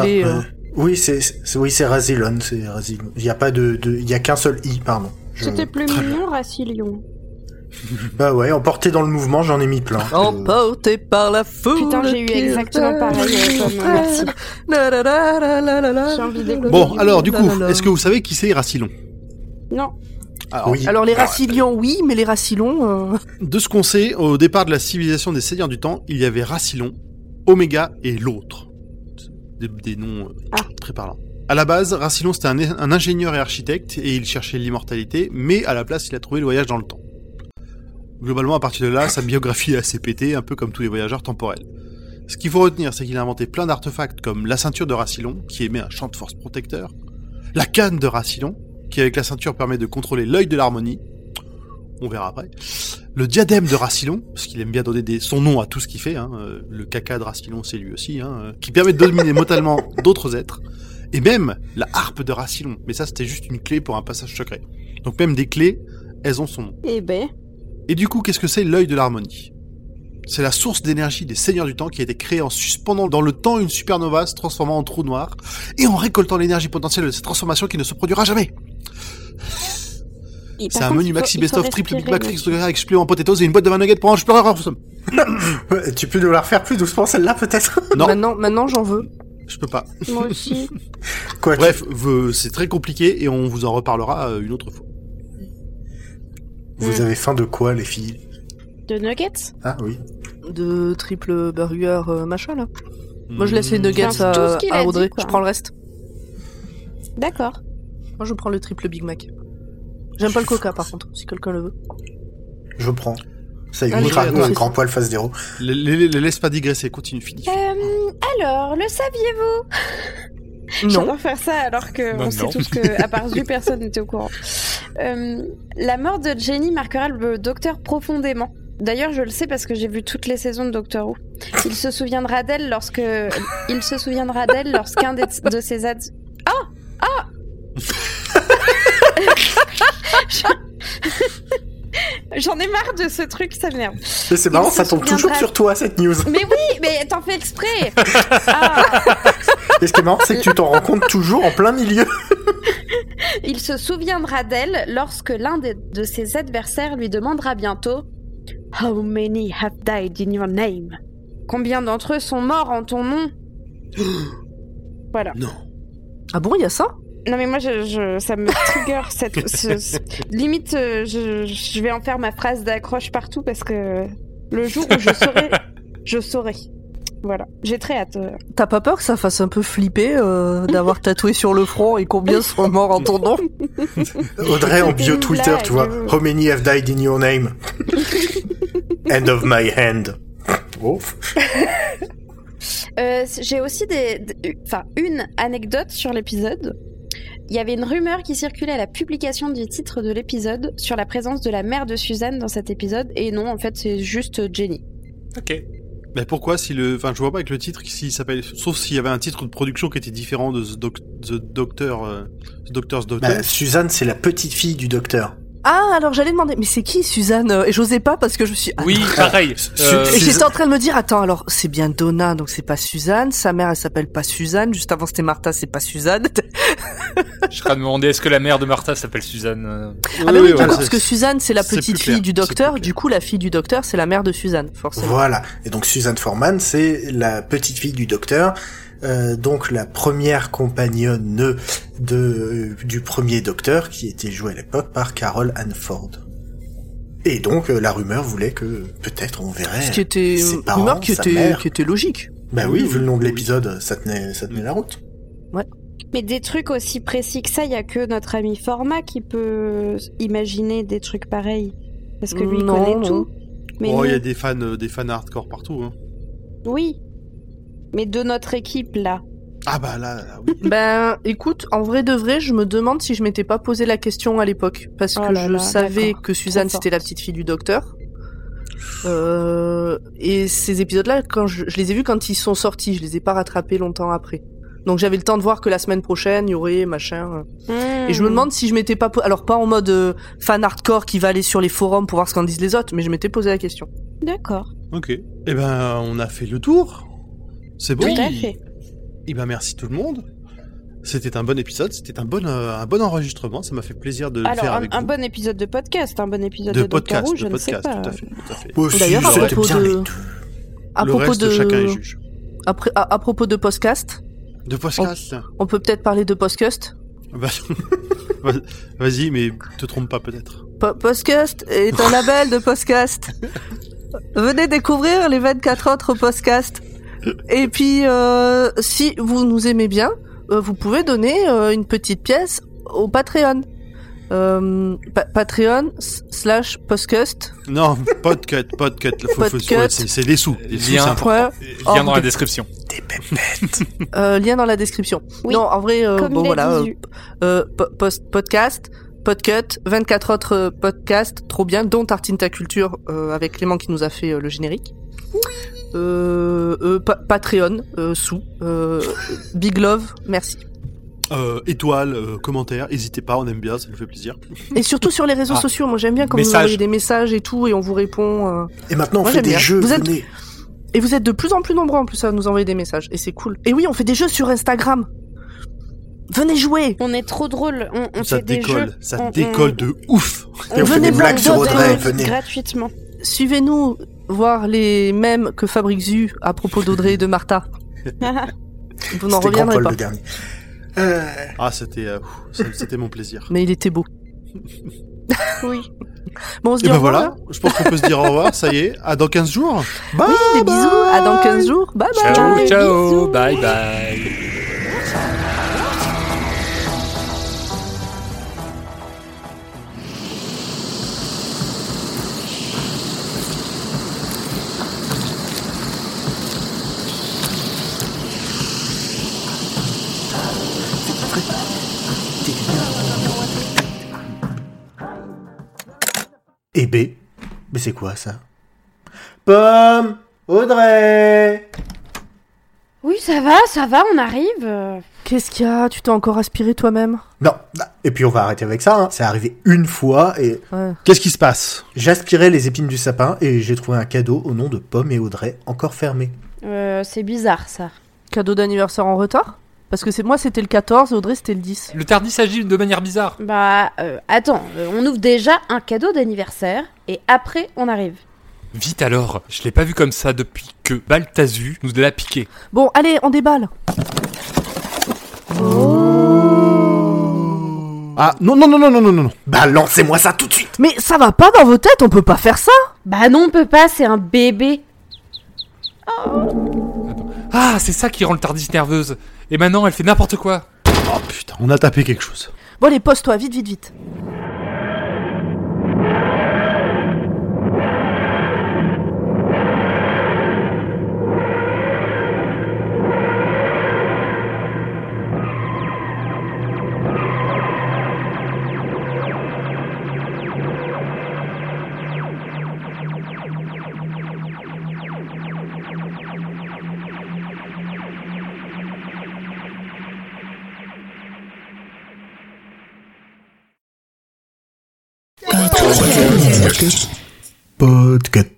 S1: copier-coller. euh,
S4: euh, Oui, c'est c'est- oui, c'est Razilon, c'est Razilon. Il y a pas de, de- il y a qu'un seul i, pardon. Je-
S5: C'était plus mignon, Racilion.
S4: Bah ouais, emporté dans le mouvement, j'en ai mis plein.
S5: Oh,
S4: Euh,
S1: Emporté par la foule.
S5: Putain, j'ai eu
S1: qui
S5: exactement pareil, euh, comme, euh, merci.
S1: La la la la la la la.
S5: J'ai envie d'écouter.
S2: Bon, alors, du
S1: La
S2: coup,
S1: la la.
S2: est-ce que vous savez qui c'est Ah, Racilion
S5: Non.
S2: Alors,
S4: oui.
S1: Alors les racilions, oui, mais les racilons. euh,
S2: De ce qu'on sait, au départ de la civilisation des seigneurs du temps, il y avait Racilon, Oméga et l'autre. Des, des noms euh,
S5: Ah.
S2: très parlants. À la base, Racilon c'était un, un ingénieur et architecte et il cherchait l'immortalité, mais à la place, il a trouvé le voyage dans le temps. Globalement, à partir de là, sa biographie est assez pétée, un peu comme tous les voyageurs temporels. Ce qu'il faut retenir, c'est qu'il a inventé plein d'artefacts comme la ceinture de Rassilon, qui émet un champ de force protecteur, la canne de Rassilon, qui avec la ceinture permet de contrôler l'œil de l'harmonie, on verra après, le diadème de Rassilon, parce qu'il aime bien donner des- son nom à tout ce qu'il fait, hein, euh, le caca de Rassilon c'est lui aussi, hein, euh, qui permet de dominer mentalement d'autres êtres, et même la harpe de Rassilon, mais ça c'était juste une clé pour un passage secret. Donc même des clés, elles ont son nom.
S5: Eh ben,
S2: Et du coup, qu'est-ce que c'est l'œil de l'harmonie C'est la source d'énergie des seigneurs du temps qui a été créée en suspendant dans le temps une supernova se transformant en trou noir et en récoltant l'énergie potentielle de cette transformation qui ne se produira jamais.
S5: il- par
S2: C'est un
S5: contre,
S2: menu
S5: il faut-
S2: maxi
S5: il faut
S2: best-of triple Big
S5: respirer,
S2: Mac
S5: mais-
S2: Fix avec supplément potatoes et une boîte de 20 nuggets pour un explorer en somme.
S4: Ouais, Tu peux nous la refaire plus doucement celle-là peut-être
S2: Non.
S1: Maintenant, maintenant j'en veux.
S2: Je peux pas.
S5: Moi aussi.
S4: Quoi tu-
S2: Bref, ve- c'est très compliqué et on vous en reparlera euh, une autre fois.
S4: Vous avez faim de quoi les filles
S5: De nuggets
S4: Ah oui.
S1: De triple burger euh, machin là. Moi je
S2: Hmm.
S1: laisse les nuggets à,
S5: Enfin, tout ce qu'il
S1: à
S5: a dit,
S1: Audrey.
S5: quoi.
S1: je prends le reste.
S5: D'accord.
S1: Moi je prends le triple Big Mac. J'aime pas le coca par contre, si quelqu'un le veut.
S4: Je prends. Ça
S1: Allez,
S5: Ah,
S4: évitera
S1: ouais,
S4: que un
S1: ouais.
S4: grand poil fasse des roues.
S2: Les, les- les laisse pas digresser, continue, fini.
S5: Euh, alors, le saviez-vous
S1: Non.
S5: J'adore faire ça alors que
S3: Non,
S5: on sait
S3: non.
S5: tous que, à part Zu, personne n'était au courant. Euh, la mort de Jenny marquera le docteur profondément. D'ailleurs, je le sais parce que j'ai vu toutes les saisons de Doctor Who. Il se souviendra d'elle lorsque il se souviendra d'elle lorsqu'un des- de ses Ah ad... Oh Oh J'en ai marre de ce truc, ça m'énerve.
S4: Mais c'est marrant,
S5: se
S4: ça tombe toujours
S5: souviendra-
S4: sur toi cette news.
S5: Mais oui, mais t'en fais exprès. Ah,
S4: Et ce qui est marrant, c'est que tu t'en rends compte toujours en plein milieu.
S5: il se souviendra d'elle lorsque l'un des- de ses adversaires lui demandera bientôt How many have died in your name Combien d'entre eux sont morts en ton nom Voilà.
S1: Ah bon, il y a ça
S5: Non mais moi, je, je- ça me trigger cette ce- ce- limite. euh, Je, je vais en faire ma phrase d'accroche partout parce que le jour où je saurai, je saurai. Voilà. J'ai très hâte. euh.
S1: T'as pas peur que ça fasse un peu flipper euh, d'avoir tatoué sur le front et combien sont morts en ton nom
S4: Audrey en bio
S5: Une
S4: Twitter, tu vois.
S5: blague.
S4: How many have died in your name? End of my hand. Oh.
S5: Euh, c- J'ai aussi des, des- enfin une anecdote sur l'épisode. Il y avait une rumeur qui circulait à la publication du titre de l'épisode sur la présence de la mère de Suzanne dans cet épisode, et non, en fait, c'est juste Jenny.
S3: Ok.
S2: Mais pourquoi si le, enfin je vois pas avec le titre s'il s'appelle, sauf s'il y avait un titre de production qui était différent de The, Doc- The Doctor, euh, The Doctor's Daughter.
S5: Ah
S4: Bah, Suzanne, c'est la petite fille du docteur.
S1: Ah, alors j'allais demander, mais c'est qui Suzanne Et j'osais pas parce que je me suis.
S3: Oui, pareil. Euh,
S1: Et j'étais en train de me dire, attends, alors c'est bien Donna, donc c'est pas Suzanne. Sa mère, elle s'appelle pas Suzanne. Juste avant, c'était Martha, c'est pas Suzanne.
S3: je suis en train de me demander est-ce que la mère de Martha s'appelle Suzanne euh,
S1: ah, bah oui,
S2: voilà,
S1: d'accord,
S2: c'est-
S1: parce que Suzanne, c'est la
S2: c'est
S1: petite
S2: plus
S1: fille
S2: clair,
S1: du
S2: c'est plus
S1: docteur.
S2: clair.
S1: Du coup, la fille du docteur, c'est la mère de Suzanne, forcément.
S4: Voilà. Et donc Suzanne Forman, c'est la petite fille du docteur, euh, donc la première compagnonne de du premier docteur qui était jouée à l'époque par Carol Hanford. Et donc euh, la rumeur voulait que peut-être on verrait.
S1: Ce qui était
S4: ses
S1: une
S4: parents,
S1: remarque qui
S4: sa
S1: était,
S4: mère.
S1: qui était logique.
S4: Bah oui, vu le nom de l'épisode, ça tenait ça tenait la route.
S5: Mais des trucs aussi précis que ça, il y a que notre ami Format qui peut imaginer des trucs pareils, parce que lui il
S1: Non,
S5: connaît
S1: non.
S5: tout. Mais
S2: oh, il y a
S5: nous,
S2: des fans, euh, des fans hardcore partout. Hein.
S5: oui, mais de notre équipe là.
S2: Ah bah là, là, oui.
S1: Ben, écoute, en vrai de vrai, je me demande si je m'étais pas posé la question à l'époque. Parce
S5: Oh
S1: que
S5: là
S1: je
S5: là,
S1: savais
S5: d'accord.
S1: que Suzanne,
S5: Trop forte.
S1: c'était la petite fille du docteur. Euh, et ces épisodes-là, quand je, je les ai vus quand ils sont sortis, je les ai pas rattrapés longtemps après. Donc j'avais le temps de voir que la semaine prochaine, il y aurait machin. Et
S5: Hmm.
S1: je me demande si je m'étais pas... po- Alors pas en mode euh, fan hardcore qui va aller sur les forums pour voir ce qu'en disent les autres, mais je m'étais posé la question.
S5: D'accord.
S2: Ok. Eh ben, on a fait le tour. C'est bon.
S5: Tout à fait.
S2: Eh ben, merci tout le monde. C'était un bon épisode. C'était un bon, euh, un bon enregistrement. Ça m'a fait plaisir de le
S5: Alors
S2: faire
S5: un,
S2: avec
S5: un
S2: vous.
S5: bon épisode de podcast, un bon épisode de,
S2: de
S5: Doctor
S2: podcast,
S5: Who,
S2: de
S5: je ne sais
S2: podcast,
S5: pas.
S2: tout à fait, tout à fait.
S4: Aussi,
S1: D'ailleurs,
S2: à
S4: c'était
S1: propos
S4: bien
S1: de-
S4: les deux.
S1: À
S2: le
S1: propos
S2: reste,
S1: de...
S2: chacun est juge.
S1: Après, à, à propos de podcast,
S2: De podcast.
S5: Oh.
S1: on peut peut-être parler de podcast
S2: Bah, vas- Vas-y, mais te trompe pas peut-être.
S1: Po- Podcast est un label de podcast. Venez découvrir les 24 autres podcasts. Et puis, euh, si vous nous aimez bien, euh, vous pouvez donner euh, une petite pièce au Patreon. Euh, pa- Patreon s- slash postcust.
S2: Non, pas de cut, pas de cut. Faut- faut- faut-
S1: Podcut.
S2: c'est c'est des sous. Des sous,
S3: Lien.
S2: c'est important.
S1: Point.
S3: Lien dans la description.
S1: Euh, lien dans la description.
S5: Oui.
S1: Non, en vrai, euh,
S5: Comme
S1: bon
S5: il
S1: voilà.
S5: a
S1: euh,
S5: dit.
S1: euh, po- post- podcast, podcut, 24 autres euh, podcasts, trop bien, dont Tartine ta culture euh, avec Clément qui nous a fait euh, le générique. Euh, euh, Pa- Patreon, euh, sous, euh, Big Love, merci.
S2: Euh, étoile, euh, commentaire, n'hésitez pas, on aime bien, ça nous fait plaisir.
S1: Et surtout sur les réseaux
S3: Ah.
S1: sociaux, moi j'aime bien quand vous
S3: Message.
S1: envoyez des messages et tout et on vous répond. euh.
S4: Et maintenant, on
S1: Moi,
S4: fait
S1: j'aime
S4: des
S1: bien.
S4: jeux.
S1: Vous êtes-
S4: venez.
S1: Et vous êtes de plus en plus nombreux en plus à nous envoyer des messages et c'est cool. Et oui, on fait des jeux sur Instagram. Venez jouer.
S5: On est trop drôle. On, on
S2: ça
S5: fait des jeux.
S2: décolle, ça
S5: on- on-
S2: décolle de ouf.
S5: On,
S4: on fait
S5: venez
S4: des
S5: voir
S4: blagues sur
S5: d'autres
S4: Audrey,
S5: jeux
S4: venez.
S5: Gratuitement.
S1: Suivez-nous voir les mêmes que Fabrice Zu à propos d'Audrey et de Martha. Vous n'en
S4: C'était grand
S1: reviendrez
S4: Paul
S1: pas.
S4: le dernier. Euh,
S2: Ah, c'était, euh, ouf, ça- c'était mon plaisir. Eh
S1: Mais il était beau.
S5: oui.
S1: Bon, on se
S2: Et
S1: dit
S2: ben
S1: au revoir,
S2: voilà, je pense qu'on peut se dire au revoir, ça y est, à dans 15 jours.
S1: là Oui, des bisous. À dans 15 jours. Bye bye.
S3: Ciao, ciao,
S5: bisous.
S3: bye bye.
S4: Et B. Mais c'est quoi ça Pomme Audrey
S5: Oui, ça va, ça va, on arrive. euh.
S1: Qu'est-ce qu'il y a Tu t'es encore aspiré toi-même
S4: Non, et puis on va arrêter avec ça. hein. C'est arrivé une fois et
S1: Ouais.
S2: Qu'est-ce qui se passe
S4: j'aspirais les épines du sapin et j'ai trouvé un cadeau au nom de Pomme et Audrey encore fermé.
S5: Euh, c'est bizarre ça.
S1: Cadeau d'anniversaire en retard Parce que c'est moi c'était le 14 et Audrey c'était le 10.
S3: Le tardi s'agit de manière bizarre.
S5: Bah, euh, attends, euh, on ouvre déjà un cadeau d'anniversaire et après on arrive.
S3: Vite alors, je l'ai pas vu comme ça depuis que Baltazu nous l'a piqué.
S1: Bon, allez, on déballe.
S2: Ah, non, non, non, non, non, non, non.
S4: Bah lancez-moi ça tout de suite
S1: Mais ça va pas dans vos têtes, on peut pas faire ça
S5: Bah non, on peut pas, c'est un bébé.
S3: Ah, c'est ça qui rend le tardis nerveuse. Et maintenant, elle fait n'importe quoi.
S2: Oh putain, on a tapé quelque chose.
S1: Bon, allez, pose-toi, vite, vite, vite.
S4: Podcast.